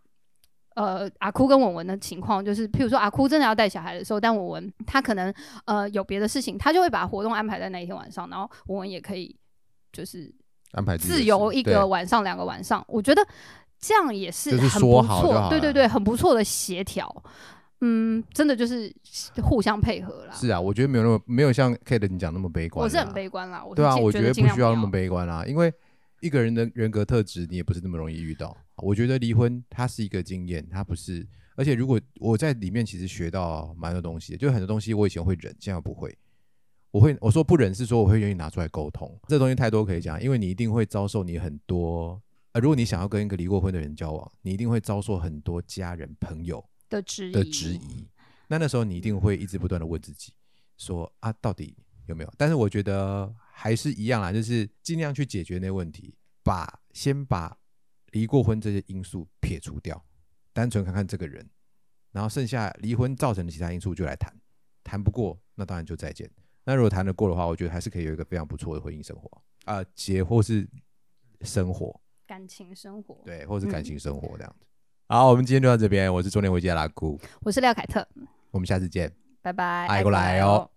C: 呃阿哭跟文文的情况，就是譬如说阿哭真的要带小孩的时候，但文文他可能呃有别的事情，他就会把活动安排在那一天晚上，然后文文也可以就是
B: 安排己的
C: 自
B: 事
C: 由一个
B: 对
C: 晚上、两个晚上，我觉得这样也是
B: 就是
C: 很
B: 说
C: 不
B: 好就
C: 错，
B: 好
C: 对对
B: 了
C: 对，很不错的协调。嗯，真的就是互相配合啦。
B: 是啊，我觉得没有那么没有像 Kate 你讲那么悲观、啊，
C: 我是很悲观啦，我是
B: 对啊，
C: 尽
B: 我
C: 觉
B: 觉得
C: 尽
B: 不
C: 量
B: 需要那么悲观啊啦、因为一个人的人格特质，你也不是那么容易遇到。我觉得离婚它是一个经验，它不是。而且如果我在里面其实学到蛮多东西的，就很多东西我以前会忍，现在不会。我会我说不忍是说我会愿意拿出来沟通，这东西太多可以讲，因为你一定会遭受你很多呃，如果你想要跟一个离过婚的人交往，你一定会遭受很多家人朋友
C: 的质疑
B: 的质疑。那那时候你一定会一直不断的问自己，说啊，到底有没有？但是我觉得还是一样啦，就是尽量去解决那问题，把先把离过婚这些因素撇除掉，单纯看看这个人，然后剩下离婚造成的其他因素就来谈，谈不过那当然就再见。那如果谈得过的话，我觉得还是可以有一个非常不错的婚姻生活啊、结或是生活，
C: 感情生活。
B: 对，或是感
C: 嗯
B: 情生活这样子。好，我们今天就到这边，我是中年危机的拉姑，
C: 我是廖凯特，嗯
B: 我们下次见。
C: 拜拜，
B: 爱过来哦。